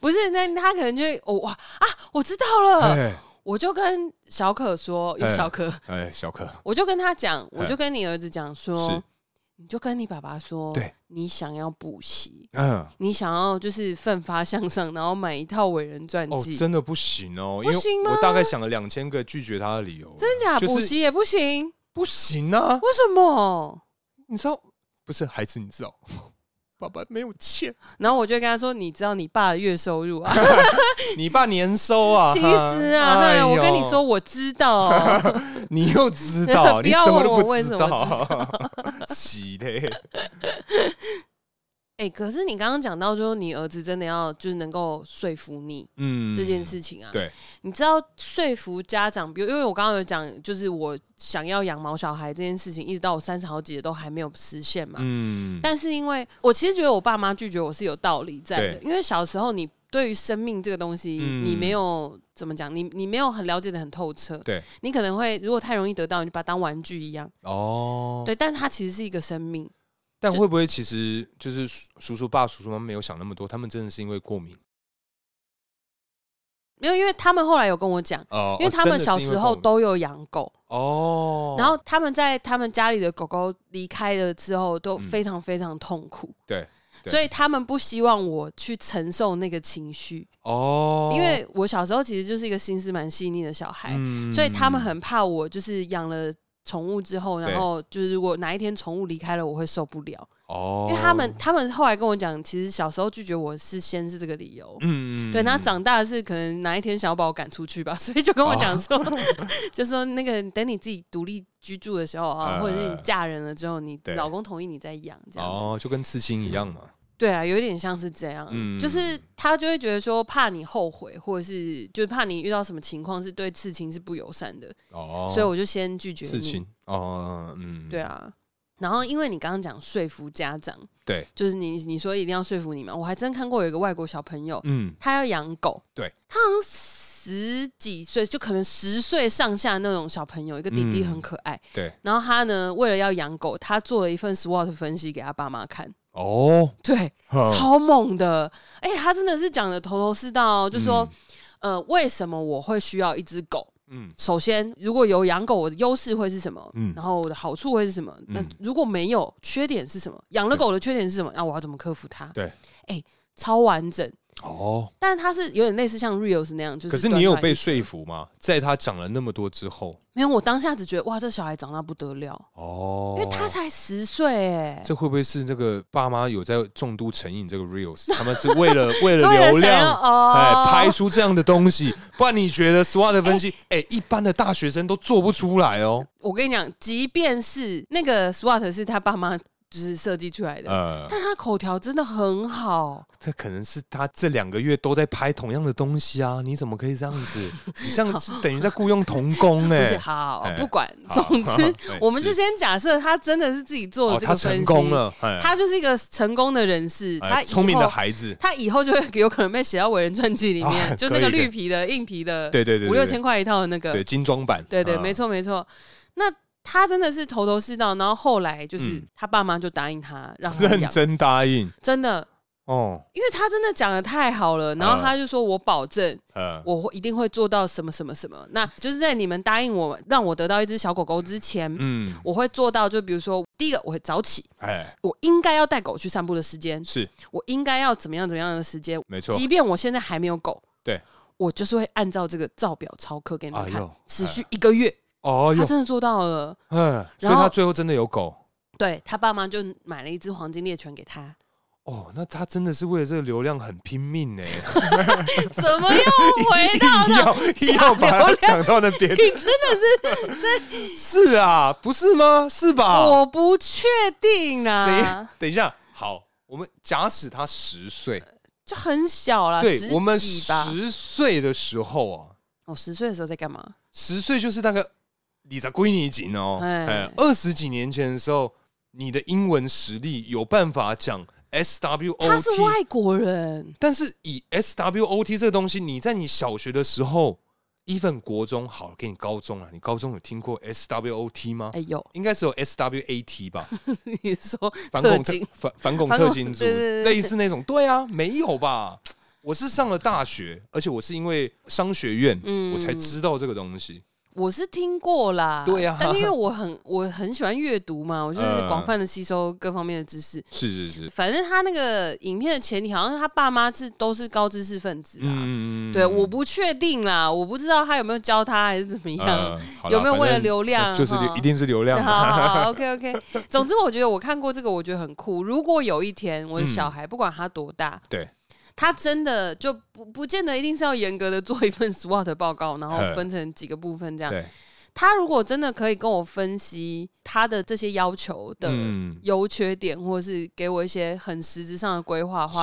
Speaker 2: 不是，那他可能就会哦哇啊，我知道了，
Speaker 1: 哎
Speaker 2: 我就跟小可说，有
Speaker 1: 哎
Speaker 2: 小可，
Speaker 1: 哎，小可，
Speaker 2: 我就跟他讲，我就跟你儿子讲说
Speaker 1: 是，
Speaker 2: 你就跟你爸爸说，
Speaker 1: 对，
Speaker 2: 你想要补习，
Speaker 1: 嗯，
Speaker 2: 你想要就是奋发向上，然后买一套伟人传
Speaker 1: 哦
Speaker 2: 记，，
Speaker 1: 真的不行哦，
Speaker 2: 不行
Speaker 1: 因
Speaker 2: 吗
Speaker 1: 为我大概想了两千个拒绝他的理由了，
Speaker 2: 真假
Speaker 1: 就是
Speaker 2: 补习也不行，
Speaker 1: 不行啊，
Speaker 2: 为什么？
Speaker 1: 你知道，不是孩子，你知道，爸爸没有钱， <laughs>
Speaker 2: 然后我就跟他说，你知道你爸的月收入啊？ <laughs>
Speaker 1: 你爸年收 <laughs> 啊，
Speaker 2: 其实啊，
Speaker 1: 哎
Speaker 2: 嗨，
Speaker 1: 呦
Speaker 2: 我跟你说，，我知道哦。
Speaker 1: 你又知道，
Speaker 2: <laughs> 不
Speaker 1: 你
Speaker 2: 要
Speaker 1: 什么
Speaker 2: 问
Speaker 1: 都
Speaker 2: 我
Speaker 1: 不
Speaker 2: 为
Speaker 1: 知
Speaker 2: 什么
Speaker 1: 道， <laughs> 奇
Speaker 2: <laughs>
Speaker 1: 嘞，
Speaker 2: 哎、可是你刚刚讲到，就是你儿子真的要就是能够说服你
Speaker 1: 嗯，
Speaker 2: 这件，事情啊。
Speaker 1: 对，
Speaker 2: 你知道说服家长，比如因为我刚刚有讲，就是我想要养毛小孩这件事情，一直到我三十好几也都还没有实现嘛。
Speaker 1: 嗯，
Speaker 2: 但是因为我其实觉得我爸妈拒绝我是有道理在的，
Speaker 1: 对
Speaker 2: 因为小时候你对于生命这个东西，
Speaker 1: 嗯
Speaker 2: 你没有怎么讲，你你没有很了解的很透彻，
Speaker 1: 对，
Speaker 2: 你可能会如果太容易得到，你就把它当玩具一样，
Speaker 1: 哦，
Speaker 2: 对，但是它其实是一个生命，
Speaker 1: 但
Speaker 2: 就
Speaker 1: 会不会其实就是叔叔爸、叔叔妈没有想那么多，他们真的是因为过敏
Speaker 2: 没有，因为他们后来有跟我讲。
Speaker 1: 哦，
Speaker 2: 因
Speaker 1: 哦
Speaker 2: 为他
Speaker 1: 真
Speaker 2: 们
Speaker 1: 的是
Speaker 2: 小
Speaker 1: 因
Speaker 2: 时
Speaker 1: 为
Speaker 2: 候
Speaker 1: 过敏
Speaker 2: 都有养狗，
Speaker 1: 哦，
Speaker 2: 然后他们在他们家里的狗狗离开了之后，都非常非常痛苦。
Speaker 1: 嗯对对
Speaker 2: 所以他们不希望我去承受那个情绪，
Speaker 1: 哦，
Speaker 2: 因为我小时候其实就是一个心思蛮细腻的小孩，
Speaker 1: 嗯
Speaker 2: 所以他们很怕我就是养了。宠物之后，然后就是如果哪一天宠物离开了，我会受不了，
Speaker 1: 哦，
Speaker 2: 因为他们他们后来跟我讲，其实小时候拒绝我是先是这个理由，
Speaker 1: 嗯，嗯
Speaker 2: 对，那
Speaker 1: 嗯
Speaker 2: 长大是可能哪一天想要把我赶出去吧， <laughs> 所以就跟我
Speaker 1: 哦
Speaker 2: 讲说， <laughs> 就说那个等你自己独立居住的时候啊，
Speaker 1: 呃
Speaker 2: 或者是你嫁人了之后，你
Speaker 1: 对
Speaker 2: 老公同意你再养这样子。
Speaker 1: 哦，就跟刺青一样嘛，
Speaker 2: 对啊，有一点像是这样，
Speaker 1: 嗯
Speaker 2: 就是他就会觉得说怕你后悔，或者是就是怕你遇到什么情况是对刺青是不友善的，
Speaker 1: 哦，
Speaker 2: 所以我就先拒绝
Speaker 1: 刺
Speaker 2: 你
Speaker 1: 青。哦，嗯，
Speaker 2: 对啊。然后，因为你刚刚讲说服家长，
Speaker 1: 对，
Speaker 2: 就是你你说一定要说服你嘛，我还真看过有一个外国小朋友，
Speaker 1: 嗯，
Speaker 2: 他要养狗，
Speaker 1: 对
Speaker 2: 他好像十几岁，就可能十岁上下那种小朋友，一个弟弟
Speaker 1: 嗯
Speaker 2: 很可爱。
Speaker 1: 对，
Speaker 2: 然后他呢，为了要养狗，他做了一份 SWOT 分析给他爸妈看，
Speaker 1: 哦，
Speaker 2: 对，
Speaker 1: 哼
Speaker 2: 超猛的。哎、他真的是讲的头头是道哦，就说、，呃，为什么我会需要一只狗？
Speaker 1: 嗯
Speaker 2: 首先，如果有养狗，我的优势会是什么？
Speaker 1: 嗯
Speaker 2: 然后我的好处会是什么？那
Speaker 1: 嗯
Speaker 2: 如果没有，缺点是什么？养了
Speaker 1: 对
Speaker 2: 狗的缺点是什么？那、我要怎么克服它？
Speaker 1: 对，
Speaker 2: 哎、超完整。
Speaker 1: 嗯哦，
Speaker 2: 但它是有点类似像 Reels 那样，就是
Speaker 1: 可是你有被
Speaker 2: 短短一
Speaker 1: 说
Speaker 2: 次？
Speaker 1: 服吗？在他讲了那么多之后，
Speaker 2: 没有，我当下只觉得哇，这小孩长大不得了，
Speaker 1: 哦，
Speaker 2: 因为他才十岁哎，
Speaker 1: 这会不会是那个爸妈有在重度成瘾这个
Speaker 2: <laughs>
Speaker 1: reels？他们是为了为了
Speaker 2: 为了
Speaker 1: 流
Speaker 2: 想要
Speaker 1: 量，
Speaker 2: 哦，
Speaker 1: 哎，拍出这样的东
Speaker 2: <laughs>
Speaker 1: 西。不然你觉得 SWOT 的分析，哎，一般的大学生都做不出来哦。
Speaker 2: 我跟你讲，即便是那个 SWAT 是他爸妈就是设计出来的，
Speaker 1: 呃，
Speaker 2: 但他口条真的很好。
Speaker 1: 这可能是他这两个月都在拍同样的东西啊！你怎么可以这样
Speaker 2: <laughs>
Speaker 1: 子？你这样是等于在雇佣童工
Speaker 2: 不是
Speaker 1: 哎。
Speaker 2: 好，
Speaker 1: 哎
Speaker 2: 不管，
Speaker 1: 好
Speaker 2: 总
Speaker 1: 好 <laughs>
Speaker 2: 之
Speaker 1: 哎
Speaker 2: 我们就是先假设他真的是自己做
Speaker 1: 哦，
Speaker 2: 了这
Speaker 1: 他
Speaker 2: 个分析，
Speaker 1: 成功了，哎
Speaker 2: 他就是一个成功的人士，
Speaker 1: 哎
Speaker 2: 他以
Speaker 1: 聪明的
Speaker 2: 后
Speaker 1: 孩子，
Speaker 2: 他以后就会有可能被写到伟人传记里面，
Speaker 1: <laughs> 啊
Speaker 2: 就
Speaker 1: 可
Speaker 2: 那个
Speaker 1: 以可以
Speaker 2: 绿皮的、硬皮的，
Speaker 1: 对对对，对
Speaker 2: 五六千，块一套的那
Speaker 1: 对
Speaker 2: 个，
Speaker 1: 对精装版，
Speaker 2: 对对，
Speaker 1: 啊 <laughs>
Speaker 2: 没。错没错。那他真的是头头是道，然后后来就是
Speaker 1: 嗯
Speaker 2: 他爸妈就答应他，让他
Speaker 1: 认
Speaker 2: 养，
Speaker 1: 真答应
Speaker 2: 真的，
Speaker 1: 哦，
Speaker 2: 因为他真的讲的太好了，然
Speaker 1: 嗯
Speaker 2: 后他就说：“我保证，
Speaker 1: 呃，
Speaker 2: 我会一定会做到什么什么什么。”那就是在你们答应我让我得到一只小狗狗之前，
Speaker 1: 嗯，
Speaker 2: 我会做到。就比如说，第一个我会早起，
Speaker 1: 哎，
Speaker 2: 我应该要带狗去散步的时间，
Speaker 1: 是
Speaker 2: 我应该要怎么样怎么样的时间，
Speaker 1: 没错，
Speaker 2: 即便我现在还没有狗，
Speaker 1: 哦对
Speaker 2: 我就是会按照这个照表操课给你们
Speaker 1: 哎
Speaker 2: 看，
Speaker 1: 呦
Speaker 2: 持续一个月，
Speaker 1: 哦
Speaker 2: 他
Speaker 1: 哟，
Speaker 2: 真的做到了。
Speaker 1: 嗯，所以
Speaker 2: 然后
Speaker 1: 他最后真的有狗
Speaker 2: 对他爸妈就买了一只黄金猎犬给
Speaker 1: <laughs>
Speaker 2: 他，
Speaker 1: 哦，那他真的是为了这个流量很拼命
Speaker 2: <laughs>
Speaker 1: 呢， <laughs>
Speaker 2: 怎么又回到
Speaker 1: 一定
Speaker 2: 了？
Speaker 1: 要一定要把它讲到那边，
Speaker 2: 你真的
Speaker 1: <laughs>
Speaker 2: 是
Speaker 1: 是啊，不是吗？是吧？
Speaker 2: 我不确定
Speaker 1: 啊谁
Speaker 2: 啊，？
Speaker 1: 等一下，好，我们假使他十岁，
Speaker 2: 就很小啦，啊十
Speaker 1: 对我们
Speaker 2: 几吧。
Speaker 1: 十岁的时候啊，
Speaker 2: 我十岁的时候在干嘛？
Speaker 1: 十岁就是大概你在归你紧哦，
Speaker 2: 哎
Speaker 1: 哎，二十几年前的时候，你的英文实力有办法讲 S W
Speaker 2: 他
Speaker 1: O
Speaker 2: 是
Speaker 1: T
Speaker 2: 外国人，
Speaker 1: 但是以 SWOT 这个东西，你在你小学的时候，even 国中好，给你高中啊，你高中有听过 SWOT 吗？
Speaker 2: 哎 <laughs> 呦，
Speaker 1: 应该是有 SWAT
Speaker 2: <laughs>
Speaker 1: 吧，
Speaker 2: 你说
Speaker 1: 反
Speaker 2: 特
Speaker 1: 恐
Speaker 2: 警
Speaker 1: 特反反恐
Speaker 2: 反恐
Speaker 1: 特勤组，
Speaker 2: 对对对
Speaker 1: 类似那种。对啊，没有吧？我是上了大学，而且我是因为商学院，
Speaker 2: 嗯
Speaker 1: 我才知道这个东西。
Speaker 2: 我是听过啦，
Speaker 1: 对啊
Speaker 2: 但是因为我很 <laughs> 我很喜欢阅读嘛，我就是
Speaker 1: 嗯
Speaker 2: 广泛的吸收各方面的知识。
Speaker 1: 是是是，
Speaker 2: 反正他那个影片的前提好像他爸妈是都是高知识分子啦，
Speaker 1: 嗯
Speaker 2: 啊对，我不确定啦，我不知道他有没有教他还是怎么样。
Speaker 1: 呃好啦
Speaker 2: 有没有为了
Speaker 1: 反正呃
Speaker 2: 流量
Speaker 1: 就是
Speaker 2: 哈
Speaker 1: 一定是流
Speaker 2: 对
Speaker 1: 量。
Speaker 2: 好好好，OK OK。总之，我觉得我看过这个，我觉得很酷。如果有一天我
Speaker 1: 嗯
Speaker 2: 的小孩不管他多大，
Speaker 1: 对，
Speaker 2: 他真的就不不见得一定是要严格的做一份 SWOT 报告，然后
Speaker 1: 嗯
Speaker 2: 分成几个部分这样。
Speaker 1: 对，
Speaker 2: 他如果真的可以跟我分析他的这些要求的
Speaker 1: 嗯，
Speaker 2: 优缺点，或是给我一些很实质上的规划的话，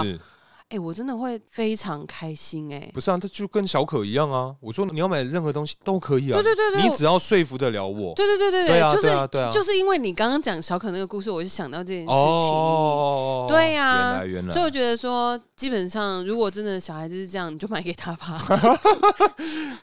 Speaker 2: 哎、
Speaker 1: 是
Speaker 2: 我真的会非常开心哎、
Speaker 1: 不是啊？他就跟小可一样啊。我说你要买任何东西都可以啊。
Speaker 2: 对对对对，
Speaker 1: 你
Speaker 2: 我
Speaker 1: 只要说服得了我。
Speaker 2: 对对对对
Speaker 1: 对啊
Speaker 2: 就是、
Speaker 1: 对啊对啊
Speaker 2: 就是因为你刚刚讲小可那个故事，我就想到这件事情。
Speaker 1: 哦
Speaker 2: 对呀
Speaker 1: 原来原来
Speaker 2: 所以。我觉得说，基本上如果真的小孩子是这样，你就买给他吧。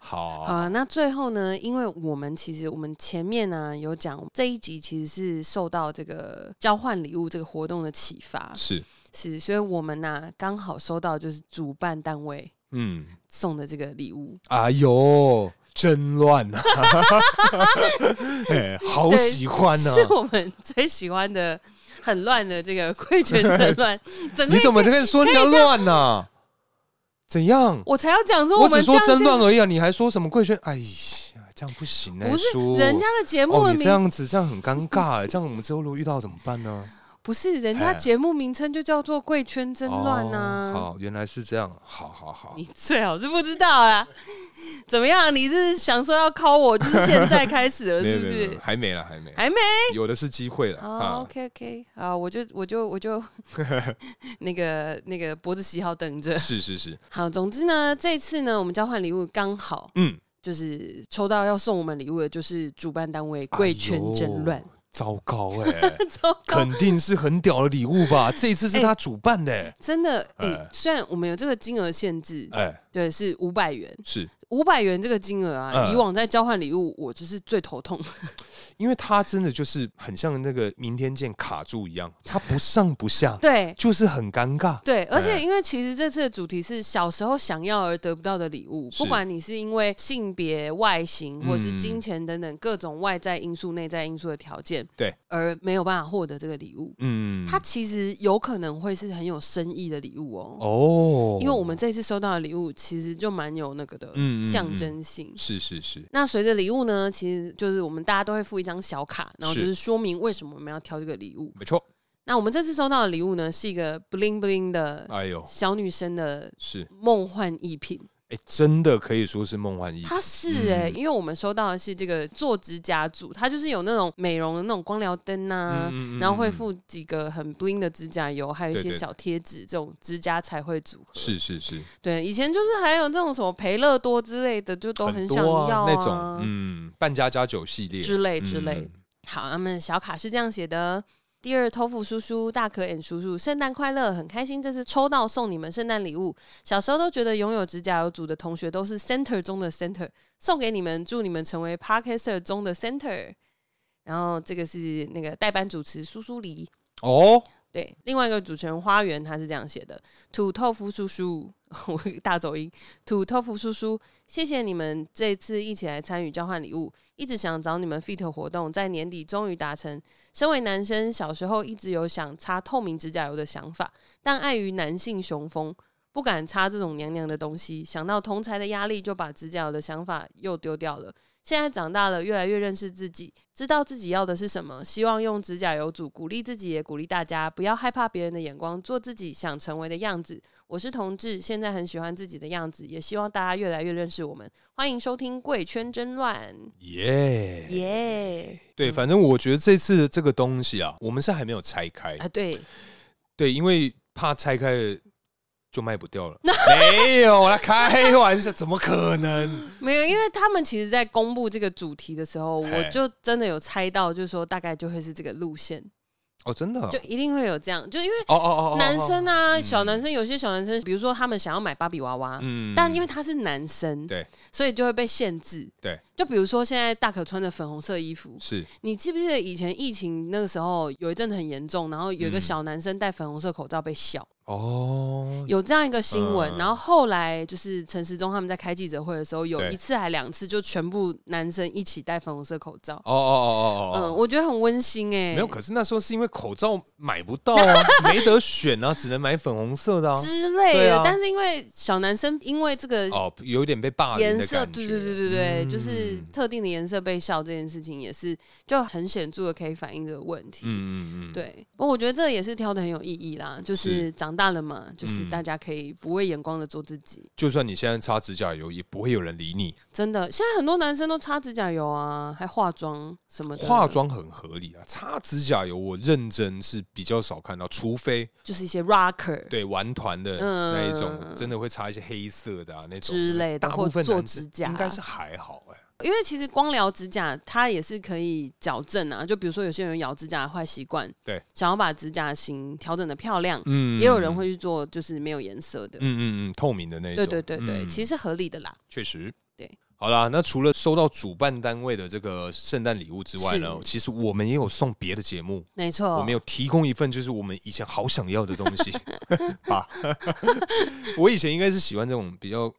Speaker 1: 好，
Speaker 2: 好、啊那最后呢，因为我们其实我们前面呢、有讲这一集其实是受到这个交换礼物这个活动的启发，
Speaker 1: 是，
Speaker 2: 是，所以我们呢、刚好收到就是主办单位
Speaker 1: 嗯，
Speaker 2: 送的这个礼物，
Speaker 1: 哎呦，真乱啊！ <laughs> 哎，好
Speaker 2: 对
Speaker 1: 喜欢啊呢、
Speaker 2: 是我们最喜欢的很乱的这个贵圈真
Speaker 1: <laughs>
Speaker 2: 乱，整个
Speaker 1: 你怎么可以说人家乱呢、怎样？
Speaker 2: 我才要讲说
Speaker 1: 我
Speaker 2: 们
Speaker 1: 只
Speaker 2: 这
Speaker 1: 说
Speaker 2: 样
Speaker 1: 真
Speaker 2: 就
Speaker 1: 乱而已啊！你还说什么贵圈？哎呀，这样不行呢、
Speaker 2: 不是
Speaker 1: 叔
Speaker 2: 人家的节目
Speaker 1: 哦，
Speaker 2: 的
Speaker 1: 你
Speaker 2: 名
Speaker 1: 这样子，这样很尴尬、哎这样我们之后如果遇到怎么办呢？
Speaker 2: 不是人家
Speaker 1: 哎
Speaker 2: 节目名称就叫做“贵圈真乱”呐、
Speaker 1: 哦好，原来是这样。好好好
Speaker 2: 你，最好是不知道啦。 <laughs> 怎么样？你是想说要考我，就是现
Speaker 1: <laughs>
Speaker 2: 在开始了，
Speaker 1: 没
Speaker 2: 是
Speaker 1: 有
Speaker 2: 不
Speaker 1: 没有没有，
Speaker 2: 是？
Speaker 1: 还没了，还没，
Speaker 2: 还没。
Speaker 1: 有的是机会了
Speaker 2: 好
Speaker 1: 啊！
Speaker 2: ，OK OK，好，我就我就
Speaker 1: <laughs>
Speaker 2: 我就那个那个脖子洗好等着。
Speaker 1: 是是是，
Speaker 2: 好，总之呢，这次呢，我们交换礼物刚好
Speaker 1: 嗯，
Speaker 2: 就是抽到要送我们礼物的，就是主办单位贵圈真乱
Speaker 1: 哎。
Speaker 2: <laughs>
Speaker 1: 呦糟糕哎、
Speaker 2: 糟糕，
Speaker 1: 肯定是很屌的礼物吧？这一次是
Speaker 2: 哎
Speaker 1: 他主办的、欸，
Speaker 2: 真的哎、
Speaker 1: 哎
Speaker 2: 虽然我们有这个金额限制，
Speaker 1: 哎、
Speaker 2: 对，是五百元。
Speaker 1: 是
Speaker 2: 五百元这个金额啊，
Speaker 1: 嗯
Speaker 2: 以往在交换礼物，我就是最头痛。
Speaker 1: 因为它真的就是很像那个明天见卡住一样，它不上不下，
Speaker 2: <laughs> 对
Speaker 1: 就是很尴尬。
Speaker 2: 对，而
Speaker 1: 哎
Speaker 2: 且因为其实这次的主题是小时候想要而得不到的礼物，
Speaker 1: 是
Speaker 2: 不管你是因为性别、外形，或是
Speaker 1: 嗯
Speaker 2: 金钱等等各种外在因素、内在因素的条件，
Speaker 1: 对，
Speaker 2: 而没有办法获得这个礼物，
Speaker 1: 嗯，
Speaker 2: 它其实有可能会是很有深意的礼物哦。
Speaker 1: 哦，
Speaker 2: 因为我们这次收到的礼物其实就蛮有那个的
Speaker 1: 嗯嗯嗯
Speaker 2: 象征性，
Speaker 1: 是是是，
Speaker 2: 那随着礼物呢，其实就是我们大家都会附一张小卡，然后
Speaker 1: 是
Speaker 2: 就是说明为什么我们要挑这个礼物。
Speaker 1: 没错。
Speaker 2: 那我们这次收到的礼物呢，是一个 bling bling 的
Speaker 1: 哎呦，
Speaker 2: 小女生的
Speaker 1: 是
Speaker 2: 梦幻艺品。
Speaker 1: 哎、真的可以说是梦幻一
Speaker 2: 它是哎、
Speaker 1: 嗯
Speaker 2: 因为我们收到的是这个做指甲组，它就是有那种美容的那种光疗灯啊。
Speaker 1: 嗯嗯嗯
Speaker 2: 然后会
Speaker 1: 嗯
Speaker 2: 附几个很 bling 的指甲油，还有一
Speaker 1: 对
Speaker 2: 些
Speaker 1: 对
Speaker 2: 小贴纸，这种指甲彩绘组合。
Speaker 1: 是是是，
Speaker 2: 对，以前就是还有这种什么培乐多之类的，就都
Speaker 1: 多
Speaker 2: 想要
Speaker 1: 啊那种，
Speaker 2: <laughs>
Speaker 1: 嗯，半家家酒系列
Speaker 2: 之类之类。
Speaker 1: 嗯
Speaker 2: 好，那么小卡是这样写的。第二，托付叔叔、大可 and 叔叔，圣诞快乐！很开心这次抽到送你们圣诞礼物。小时候都觉得拥有指甲油组的同学都是 center 中的 center，送给你们，祝你们成为 parker 中的 center。然后这个是那个代班主持苏苏黎，
Speaker 1: 哦，
Speaker 2: 对，另外一个主持人花园他是这样写的：土豆夫叔叔， <laughs> 我大走音，土豆夫叔叔，谢谢你们这次一起来参与交换礼物，一直想找你们 fit 活动，在年底终于达成。身为男生，小时候一直有想擦透明指甲油的想法，但碍于男性雄风。不敢擦这种娘娘的东西，想到同才的压力，就把指甲油的想法又丢掉了。现在长大了，越来越认识自己，知道自己要的是什么。希望用指甲油组鼓励自己，也鼓励大家，不要害怕别人的眼光，做自己想成为的样子。我是同志，现在很喜欢自己的样子，也希望大家越来越认识我们。欢迎收听《贵圈争乱》，
Speaker 1: <laughs> 耶、
Speaker 2: 耶！
Speaker 1: 对，反正我觉得这次这个东西啊，我们是还没有拆开，
Speaker 2: 啊，对，
Speaker 1: 对，因为怕拆开了就卖不掉
Speaker 2: <laughs>
Speaker 1: 了。没有啦，开玩笑，怎么可能？
Speaker 2: <laughs> 没有，因为他们其实在公布这个主题的时候，
Speaker 1: 嘿
Speaker 2: 我就真的有猜到，就是说大概就会是这个路线，
Speaker 1: 哦，真的哦，
Speaker 2: 就一定会有这样，就因为
Speaker 1: 哦哦哦哦，
Speaker 2: 男生啊，
Speaker 1: 嗯
Speaker 2: 小男生有些小男生，比如说他们想要买芭比娃娃，
Speaker 1: 嗯
Speaker 2: 但因为他是男生，
Speaker 1: 对，
Speaker 2: 所以就会被限制。
Speaker 1: 对，
Speaker 2: 就比如说现在大可穿的粉红色衣服，
Speaker 1: 是
Speaker 2: 你记不记得以前疫情那个时候有一阵子很严重，然后有一个
Speaker 1: 嗯
Speaker 2: 小男生戴粉红色口罩被笑，
Speaker 1: 哦，
Speaker 2: 有这样一个新闻。
Speaker 1: 嗯
Speaker 2: 然后后来就是陈时中他们在开记者会的时候，有
Speaker 1: 对
Speaker 2: 一次还两次，就全部男生一起戴粉红色口罩。
Speaker 1: 哦哦哦哦
Speaker 2: 嗯，
Speaker 1: 哦。
Speaker 2: 我觉得很温馨哎、
Speaker 1: 没有，可是那时候是因为口罩买不到啊，没得选啊，只能买粉红色的啊。
Speaker 2: 之类
Speaker 1: 对
Speaker 2: 的，
Speaker 1: 啊
Speaker 2: 但是因为小男生因为这个
Speaker 1: 哦，有点被霸凌
Speaker 2: 颜
Speaker 1: 的
Speaker 2: 色，
Speaker 1: 感觉。
Speaker 2: 对对对对对，就是
Speaker 1: 嗯
Speaker 2: 特定的颜色被笑这件事情，也是就很显著的可以反映这个问题。
Speaker 1: 嗯嗯嗯，
Speaker 2: 对，不过我觉得这也是挑的很有意义啦，就是
Speaker 1: 是
Speaker 2: 长大了嘛，就是
Speaker 1: 嗯
Speaker 2: 大家可以不畏眼光的做自己。
Speaker 1: 就算你现在擦指甲油，也不会有人理你。
Speaker 2: 真的，现在很多男生都擦指甲油啊，还化妆什么的，
Speaker 1: 化妆很合理啊，擦指甲油我认真是比较少看到，除非
Speaker 2: 就是一些 rocker
Speaker 1: 对玩团的
Speaker 2: 嗯
Speaker 1: 那一种，真的会擦一些黑色的啊那种
Speaker 2: 之类的，
Speaker 1: 大
Speaker 2: 或
Speaker 1: 部分
Speaker 2: 做
Speaker 1: 男生
Speaker 2: 指甲，
Speaker 1: 应该是还好哎、
Speaker 2: 因为其实光疗指甲它也是可以矫正啊，就比如说有些人有咬指甲的坏习惯，
Speaker 1: 对，
Speaker 2: 想要把指甲型调整的漂亮，
Speaker 1: 嗯
Speaker 2: 也有人会去做就是没有颜色的，
Speaker 1: 嗯嗯嗯透明的那一
Speaker 2: 对
Speaker 1: 种，
Speaker 2: 对对对，
Speaker 1: 嗯
Speaker 2: 其实是合理的啦。
Speaker 1: 确实
Speaker 2: 对。
Speaker 1: 好啦，那除了收到主办单位的这个圣诞礼物之外呢
Speaker 2: 是，哦
Speaker 1: 其实我们也有送别的节目，
Speaker 2: 没错，
Speaker 1: 我们有提供一份就是我们以前好想要的东
Speaker 2: <laughs>
Speaker 1: 西 <laughs> 吧。我以前应该是喜欢这种比较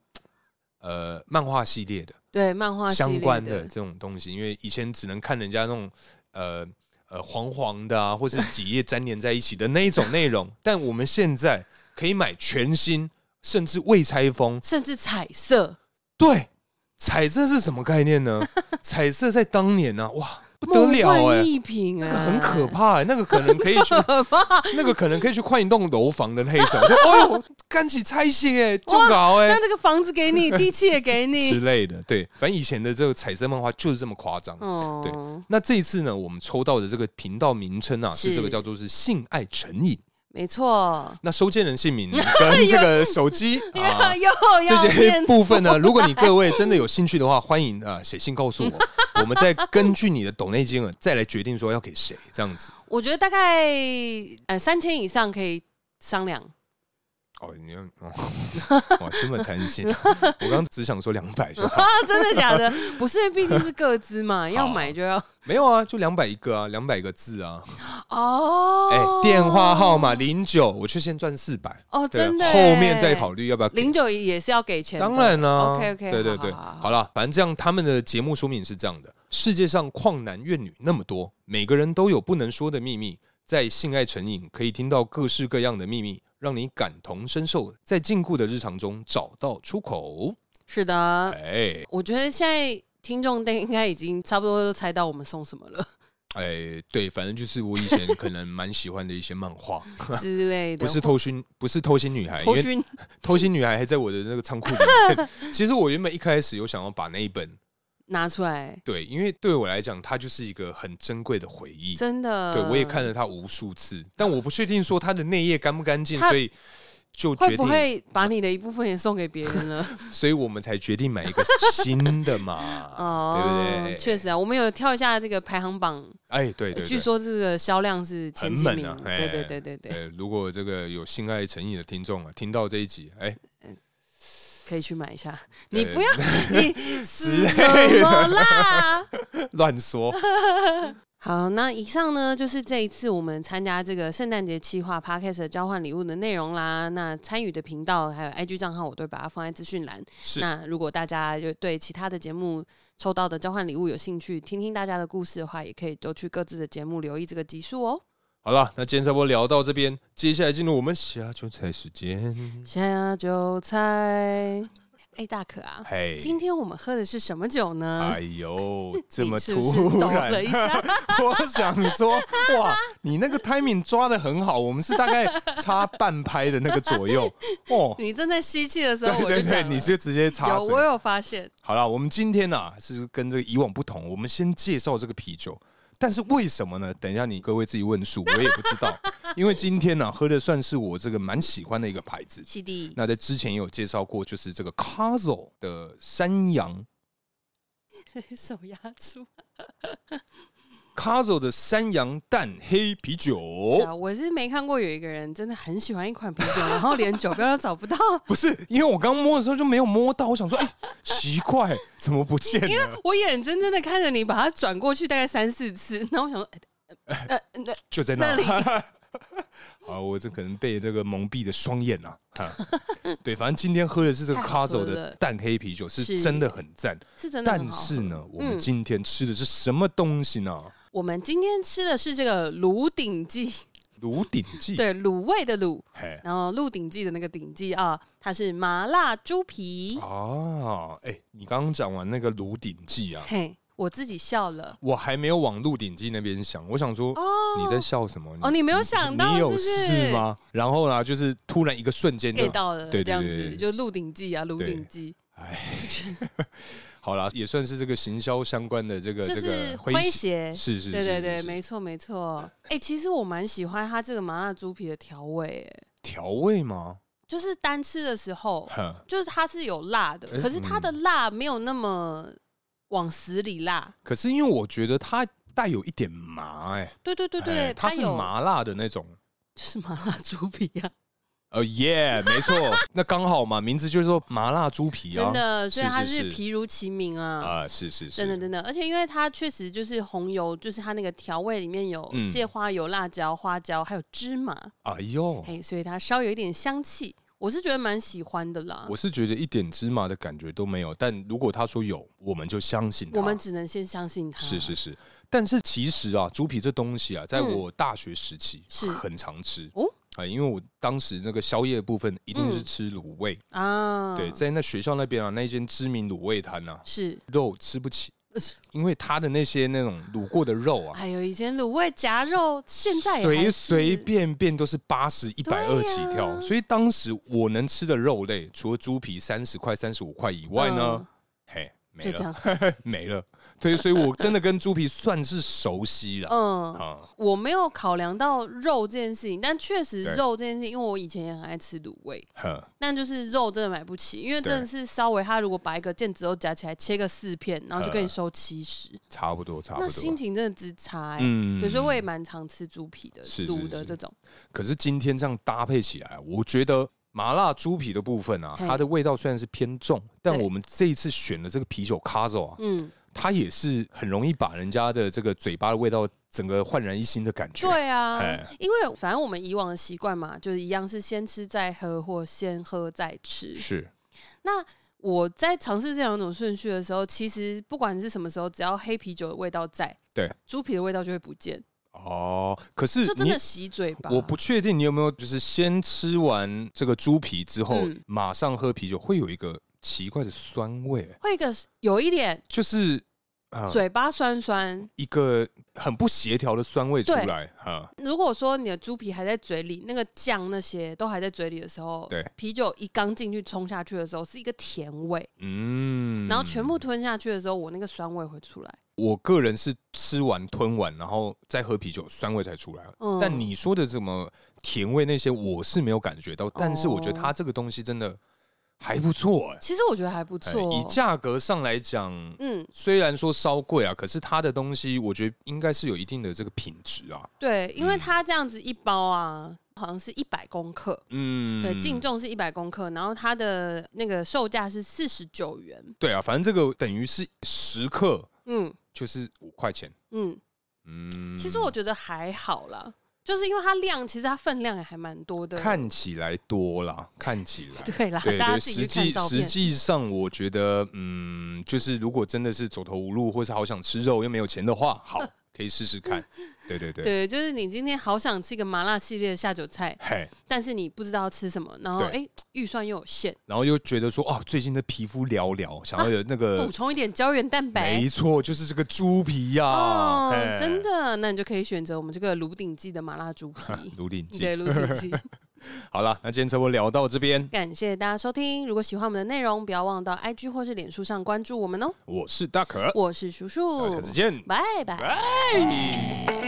Speaker 1: 呃漫画系列的
Speaker 2: 对漫画系
Speaker 1: 相
Speaker 2: 列
Speaker 1: 关的
Speaker 2: 的，
Speaker 1: 这种东西，因为以前只能看人家那种呃呃黄黄的啊，或是几页粘连在一起的那一种内
Speaker 2: <laughs>
Speaker 1: 容，但我们现在可以买全新，甚至未拆封。
Speaker 2: 甚至彩色，
Speaker 1: 对，彩色是什么概念
Speaker 2: <laughs>
Speaker 1: 呢？彩色在当年呢、哇不得
Speaker 2: 梦
Speaker 1: 了哎、
Speaker 2: 幻一品
Speaker 1: 那
Speaker 2: 啊，
Speaker 1: 个很可怕、欸，那个可能可以去，
Speaker 2: <laughs>
Speaker 1: 那个可能可以去换一栋楼房的那一种。就哎呦，干起拆卸哎，就搞哎、
Speaker 2: 那这个房子
Speaker 1: <laughs>
Speaker 2: 给你，地契也给
Speaker 1: 之
Speaker 2: 你，
Speaker 1: 类的。对，反正以前的这个彩色漫画就是这么夸张。
Speaker 2: 哦，
Speaker 1: 那这一次呢，我们抽到的这个频道名称啊，是
Speaker 2: 是
Speaker 1: 这个叫做是性爱成瘾。
Speaker 2: 没错，
Speaker 1: 那收件人姓名跟这个手机啊，
Speaker 2: <laughs> 又
Speaker 1: 这
Speaker 2: 要
Speaker 1: 些
Speaker 2: 念
Speaker 1: 部分
Speaker 2: 出
Speaker 1: 呢， <laughs> 如果你各位真的有兴趣的话，欢迎啊写信告 <laughs> 诉我，我们再根据你的抖内金额再来决定说要给谁这样子。 <laughs>
Speaker 2: 我觉得大概呃三千以上可以商量，
Speaker 1: 哦，你要哦 <laughs> 哇，这么贪 <laughs> 心！我刚只想说两百就好，
Speaker 2: 啊，真的假的？不是，毕竟是各自
Speaker 1: <laughs>
Speaker 2: 嘛，要买就要
Speaker 1: 没有啊，就两百一个啊，两百个字啊。
Speaker 2: 哦。
Speaker 1: 哎、电话号码零九，我去先赚四百，
Speaker 2: 哦，
Speaker 1: 对啊
Speaker 2: 真的耶，欸
Speaker 1: 后面再考虑要不要给
Speaker 2: 零九也是要给钱的，
Speaker 1: 当然啦、
Speaker 2: OK，OK，
Speaker 1: 对对
Speaker 2: 好
Speaker 1: 对，
Speaker 2: 好好
Speaker 1: 好了，反正这样，他们的节目说明是这样的：世界上旷男怨女那么多，每个人都有不能说的秘密，在性爱成瘾可以听到各式各样的秘密，让你感同身受，在禁锢的日常中找到出口。
Speaker 2: 是的。
Speaker 1: 哎
Speaker 2: 我觉得现在听众应该已经差不多都猜到我们送什么
Speaker 1: <laughs>
Speaker 2: 了
Speaker 1: 哎，对，反正就是我以前可能蛮喜欢的一些漫画，
Speaker 2: <laughs> 之类的，
Speaker 1: 不是偷心，不是偷心女孩，因
Speaker 2: 偷
Speaker 1: 为
Speaker 2: 勋
Speaker 1: 偷心女孩还在我的那个仓库里面。 <laughs> 其实我原本一开始有想要把那一本。
Speaker 2: 拿出来，
Speaker 1: 对，因为对我来讲，它就是一个很珍贵的回忆。
Speaker 2: 真的，
Speaker 1: 对我也看了它无数次，但我不确定说它的内页干不干净，
Speaker 2: 它
Speaker 1: 所以就
Speaker 2: 会
Speaker 1: 决
Speaker 2: 不
Speaker 1: 定，
Speaker 2: 会把你的一部分也送给别
Speaker 1: <laughs>
Speaker 2: 人了？
Speaker 1: 所以我们才决定买一个新的嘛。
Speaker 2: <laughs> 哦，
Speaker 1: 对不对
Speaker 2: 确实啊，我们有挑一下这个排行榜，
Speaker 1: 哎，对对
Speaker 2: 呃据
Speaker 1: 对。
Speaker 2: 说这个销量是前几
Speaker 1: 很
Speaker 2: 名，
Speaker 1: 猛啊
Speaker 2: 对对
Speaker 1: 哎
Speaker 2: 对对对，
Speaker 1: 呃，如果这个有性爱成瘾的听众啊，听到这一集，哎， <laughs>
Speaker 2: 可以去买一下。
Speaker 1: 对
Speaker 2: 你
Speaker 1: <laughs>
Speaker 2: 不要你
Speaker 1: 之
Speaker 2: 死
Speaker 1: 类
Speaker 2: 什么啦？
Speaker 1: 乱说，
Speaker 2: <laughs> 好，那以上呢就是这一次我们参加这个圣诞节企划 podcast 的交换礼物的内容啦。那参与的频道还有 IG 账号，我都会把它放在资讯栏。
Speaker 1: 是
Speaker 2: 那如果大家就对其他的节目抽到的交换礼物有兴趣，听听大家的故事的话，也可以都去各自的节目留意这个集数哦。
Speaker 1: 好了，那今天差不多聊到这边，接下来进入我们下酒菜时间。
Speaker 2: 下酒菜，
Speaker 1: <laughs>
Speaker 2: 哎，大可啊，
Speaker 1: 嘿，
Speaker 2: 今天我们喝的是什么酒呢
Speaker 1: 哎？呦，这么
Speaker 2: 你是不是
Speaker 1: 突
Speaker 2: 抖
Speaker 1: 然，
Speaker 2: 了一下， <laughs>
Speaker 1: <laughs> 我想说，哇，你那个 timing 抓的很好，我们是大概差半拍的那个左
Speaker 2: <laughs>
Speaker 1: 右哦。
Speaker 2: 你正在吸气的时候，
Speaker 1: 对
Speaker 2: 我就
Speaker 1: 对对，
Speaker 2: 讲
Speaker 1: 你
Speaker 2: 了
Speaker 1: 就直接插
Speaker 2: 有我
Speaker 1: 嘴。
Speaker 2: 有发现，
Speaker 1: 好了，我们今天呢、是跟这个以往不同，我们先介绍这个啤酒，但是为什么呢？等一下你各位自己问数，我也不知
Speaker 2: <laughs>
Speaker 1: 道。因为今天呢、喝的算是我这个蛮喜欢的一个牌子。
Speaker 2: 西弟，
Speaker 1: 那在之前也有介绍过，就是这个 c a z o 的山羊
Speaker 2: <laughs> 手压住。
Speaker 1: c a z o 的山羊蛋黑啤酒。
Speaker 2: 是啊，我是没看过有一个人真的很喜欢一款啤酒，然后连酒标都找不到， <laughs>
Speaker 1: 不是，因为我刚摸的时候就没有摸到，我想说，哎、奇怪，怎么不见了？
Speaker 2: 我眼睁睁的看着你把它转过去大概三四次，然后我想说，呃呃呃那
Speaker 1: 就在 <laughs> 那里。啊，我这可能被这个蒙蔽的双眼啊！
Speaker 2: <laughs>
Speaker 1: 哈对，反正今天喝的是这个
Speaker 2: 太
Speaker 1: c a
Speaker 2: 好
Speaker 1: z o
Speaker 2: 喝
Speaker 1: 的
Speaker 2: 了
Speaker 1: 淡黑啤酒，是
Speaker 2: 是
Speaker 1: 真的很赞。
Speaker 2: 是真的很
Speaker 1: 但
Speaker 2: 好喝
Speaker 1: 是呢，我们
Speaker 2: 嗯
Speaker 1: 今天吃的是什么东西呢？
Speaker 2: 我们今天吃的是这个卤鼎记，
Speaker 1: 炉鼎记。
Speaker 2: 对，卤味的卤，
Speaker 1: 嘿，
Speaker 2: 然后《鹿鼎记》的那个鼎记啊，它是麻辣猪皮。
Speaker 1: 啊，哎、你刚刚讲完那个炉鼎记啊，
Speaker 2: 嘿，我自己笑了。
Speaker 1: 我还没有往《鹿鼎记》那边想，我想说，
Speaker 2: 哦
Speaker 1: 你在笑什么？
Speaker 2: 哦，你没有想到
Speaker 1: 嗯你
Speaker 2: 是
Speaker 1: 有
Speaker 2: 不
Speaker 1: 事
Speaker 2: 是？
Speaker 1: 吗？然后呢，就是突然一个瞬间就
Speaker 2: get 到了，
Speaker 1: 对对
Speaker 2: 这样
Speaker 1: 对对对
Speaker 2: 子就《鹿鼎记》啊，《鹿鼎记
Speaker 1: 好啦，也算是这个行销相关的这个》
Speaker 2: 就
Speaker 1: 这
Speaker 2: 是
Speaker 1: 个
Speaker 2: 诙
Speaker 1: 谐，
Speaker 2: 谐。
Speaker 1: 是是，
Speaker 2: 对
Speaker 1: 是
Speaker 2: 对
Speaker 1: 是
Speaker 2: 对，
Speaker 1: 是
Speaker 2: 没错没错。哎，其实我蛮喜欢它这个麻辣猪皮的调味，哎
Speaker 1: 调味吗？
Speaker 2: 就是单吃的时候，
Speaker 1: 哼，
Speaker 2: 就是它是有辣的，
Speaker 1: 哎
Speaker 2: 可是它的辣没有那么往死里辣。
Speaker 1: 可是因为我觉得它带有一点麻、哎，
Speaker 2: 对对对
Speaker 1: 哎
Speaker 2: 对，
Speaker 1: 它是
Speaker 2: 有
Speaker 1: 麻辣的那种。
Speaker 2: 就是麻辣猪皮
Speaker 1: <laughs>
Speaker 2: 啊，
Speaker 1: 呃耶， <laughs> 没错，那刚好嘛，名字就是说麻辣猪皮啊，
Speaker 2: 真的，所以
Speaker 1: 是
Speaker 2: 它
Speaker 1: 是
Speaker 2: 是
Speaker 1: 是
Speaker 2: 皮如其名啊。
Speaker 1: 啊，是是是，
Speaker 2: 真的真的，而且因为它确实就是红油，就是它那个调味里面有
Speaker 1: 嗯
Speaker 2: 芥花油、辣椒、花椒，还有芝麻，
Speaker 1: 哎呦，
Speaker 2: 嘿，所以它稍有一点香气，我是觉得蛮喜欢的啦。
Speaker 1: 我是觉得一点芝麻的感觉都没有，但如果他说有，我们就相信他。
Speaker 2: 我们只能先相信它。
Speaker 1: 啊是是是，但是其实啊，猪皮这东西啊，在
Speaker 2: 嗯
Speaker 1: 我大学时期
Speaker 2: 是
Speaker 1: 很常吃
Speaker 2: 哦
Speaker 1: 啊，因为我当时那个宵夜的部分一定是
Speaker 2: 嗯
Speaker 1: 吃卤味，
Speaker 2: 啊，
Speaker 1: 对，在那学校那边啊，那间知名卤味摊啊，
Speaker 2: 是。
Speaker 1: 肉吃不起
Speaker 2: 呃是，
Speaker 1: 因为它的那些那种卤过的肉啊，
Speaker 2: 还有以前卤味夹肉，现在也还
Speaker 1: 随
Speaker 2: 是
Speaker 1: 随便便都是八十一百二
Speaker 2: 对
Speaker 1: 起
Speaker 2: 呀
Speaker 1: 跳，所以当时我能吃的肉类，除了猪皮三十块、三十五块以外呢，嘿，没
Speaker 2: 嗯就这
Speaker 1: 了， <laughs>
Speaker 2: 样。
Speaker 1: 没了，对，所以我真的跟猪皮算是熟悉了。
Speaker 2: 嗯，
Speaker 1: 啊，
Speaker 2: 我没有考量到肉这件事情，但确实
Speaker 1: 对
Speaker 2: 肉这件事情，因为我以前也很爱吃卤味，
Speaker 1: 哼，
Speaker 2: 但就是肉真的买不起，因为真
Speaker 1: 对
Speaker 2: 的是稍微他如果把一个腱子肉夹起来切个四片，然后就跟你收七十，
Speaker 1: 差不多，呃差不
Speaker 2: 那心
Speaker 1: 多。
Speaker 2: 情真的之差、欸。
Speaker 1: 嗯
Speaker 2: 对，所以我也蛮常吃猪皮的、
Speaker 1: 是是
Speaker 2: 卤的
Speaker 1: 是
Speaker 2: 这种。
Speaker 1: 可是今天这样搭配起来，我觉得麻辣猪皮的部分啊，
Speaker 2: 嘿
Speaker 1: 它的味道虽然是偏重，但
Speaker 2: 对
Speaker 1: 我们这一次选的这个啤酒 c a s o 啊，
Speaker 2: 嗯，
Speaker 1: 它也是很容易把人家的这个嘴巴的味道整个焕然一新的感觉。
Speaker 2: 对啊
Speaker 1: 哎，
Speaker 2: 因为反正我们以往的习惯嘛，就是一样是先吃再喝，或先喝再吃。
Speaker 1: 是
Speaker 2: 那我在尝试这两种顺序的时候，其实不管是什么时候，只要黑啤酒的味道在，
Speaker 1: 对，
Speaker 2: 猪皮的味道就会不见，
Speaker 1: 哦，可是
Speaker 2: 就真
Speaker 1: 你
Speaker 2: 的洗嘴巴。
Speaker 1: 我不确定你有没有，就是先吃完这个猪皮之后，
Speaker 2: 嗯
Speaker 1: 马上喝啤酒，会有一个奇怪的酸味，
Speaker 2: 会一个有一点
Speaker 1: 就是啊、呃
Speaker 2: 嘴巴酸酸。
Speaker 1: 一个很不协调的酸味出
Speaker 2: 对
Speaker 1: 来啊、
Speaker 2: 如果说你的猪皮还在嘴里，那个酱那些都还在嘴里的时候，
Speaker 1: 对
Speaker 2: 啤酒一刚进去冲下去的时候是一个甜味，
Speaker 1: 嗯
Speaker 2: 然后全部吞下去的时候，我那个酸味会出来。
Speaker 1: 我个人是吃完吞完，然后再喝啤酒，酸味才出来。
Speaker 2: 嗯
Speaker 1: 但你说的什么甜味那些，我是没有感觉到。但是我觉得
Speaker 2: 哦
Speaker 1: 它这个东西真的还不错、哎
Speaker 2: 其实我觉得还不
Speaker 1: 哎
Speaker 2: 错、哦
Speaker 1: 以价格上来讲，
Speaker 2: 嗯，
Speaker 1: 虽然说稍贵啊，可是它的东西我觉得应该是有一定的这个品质啊。
Speaker 2: 对，因为
Speaker 1: 嗯
Speaker 2: 它这样子一包啊，好像是一百公克，
Speaker 1: 嗯，
Speaker 2: 对，净重是一百公克，然后它的那个售价是四十九元，
Speaker 1: 对啊，反正这个等于是十克
Speaker 2: 嗯
Speaker 1: 就是五块钱。
Speaker 2: 嗯，
Speaker 1: 嗯，
Speaker 2: 其实我觉得还好啦，就是因为它量，其实它分量也还蛮多的，
Speaker 1: 看起来多啦，看起来。
Speaker 2: 对啦，
Speaker 1: 对
Speaker 2: 啊大
Speaker 1: 对，
Speaker 2: 家自己
Speaker 1: 实
Speaker 2: 去看
Speaker 1: 际
Speaker 2: 照
Speaker 1: 实
Speaker 2: 片，
Speaker 1: 际上，我觉得，嗯，就是如果真的是走投无路，或是好想吃肉又没有钱的话，好，可以试试
Speaker 2: <laughs>
Speaker 1: 看。对对对，
Speaker 2: 对，就是你今天好想吃一个麻辣系列的下酒菜，
Speaker 1: 嘿，
Speaker 2: 但是你不知道要吃什么，然后
Speaker 1: 对
Speaker 2: 哎预算又有限，
Speaker 1: 然后又觉得说，哦，最近的皮肤寥寥，想要有那个
Speaker 2: 补，充一点胶原蛋啊白
Speaker 1: 呃没。错，就是这个猪皮呀、
Speaker 2: 哦
Speaker 1: 嘿，
Speaker 2: 真。的，那你就可以选择我们这个炉鼎记的麻辣
Speaker 1: <laughs>
Speaker 2: 猪皮，
Speaker 1: 卢鼎记
Speaker 2: 对，炉鼎记。
Speaker 1: 好了，那今天差不多聊到这边。
Speaker 2: 感谢大家收听，如果喜欢我们的内容，不要忘到 IG 或是脸书上关注我们哦。
Speaker 1: 我是大可，
Speaker 2: 我是叔叔
Speaker 1: 大家下，次见，
Speaker 2: 拜拜。
Speaker 1: 拜。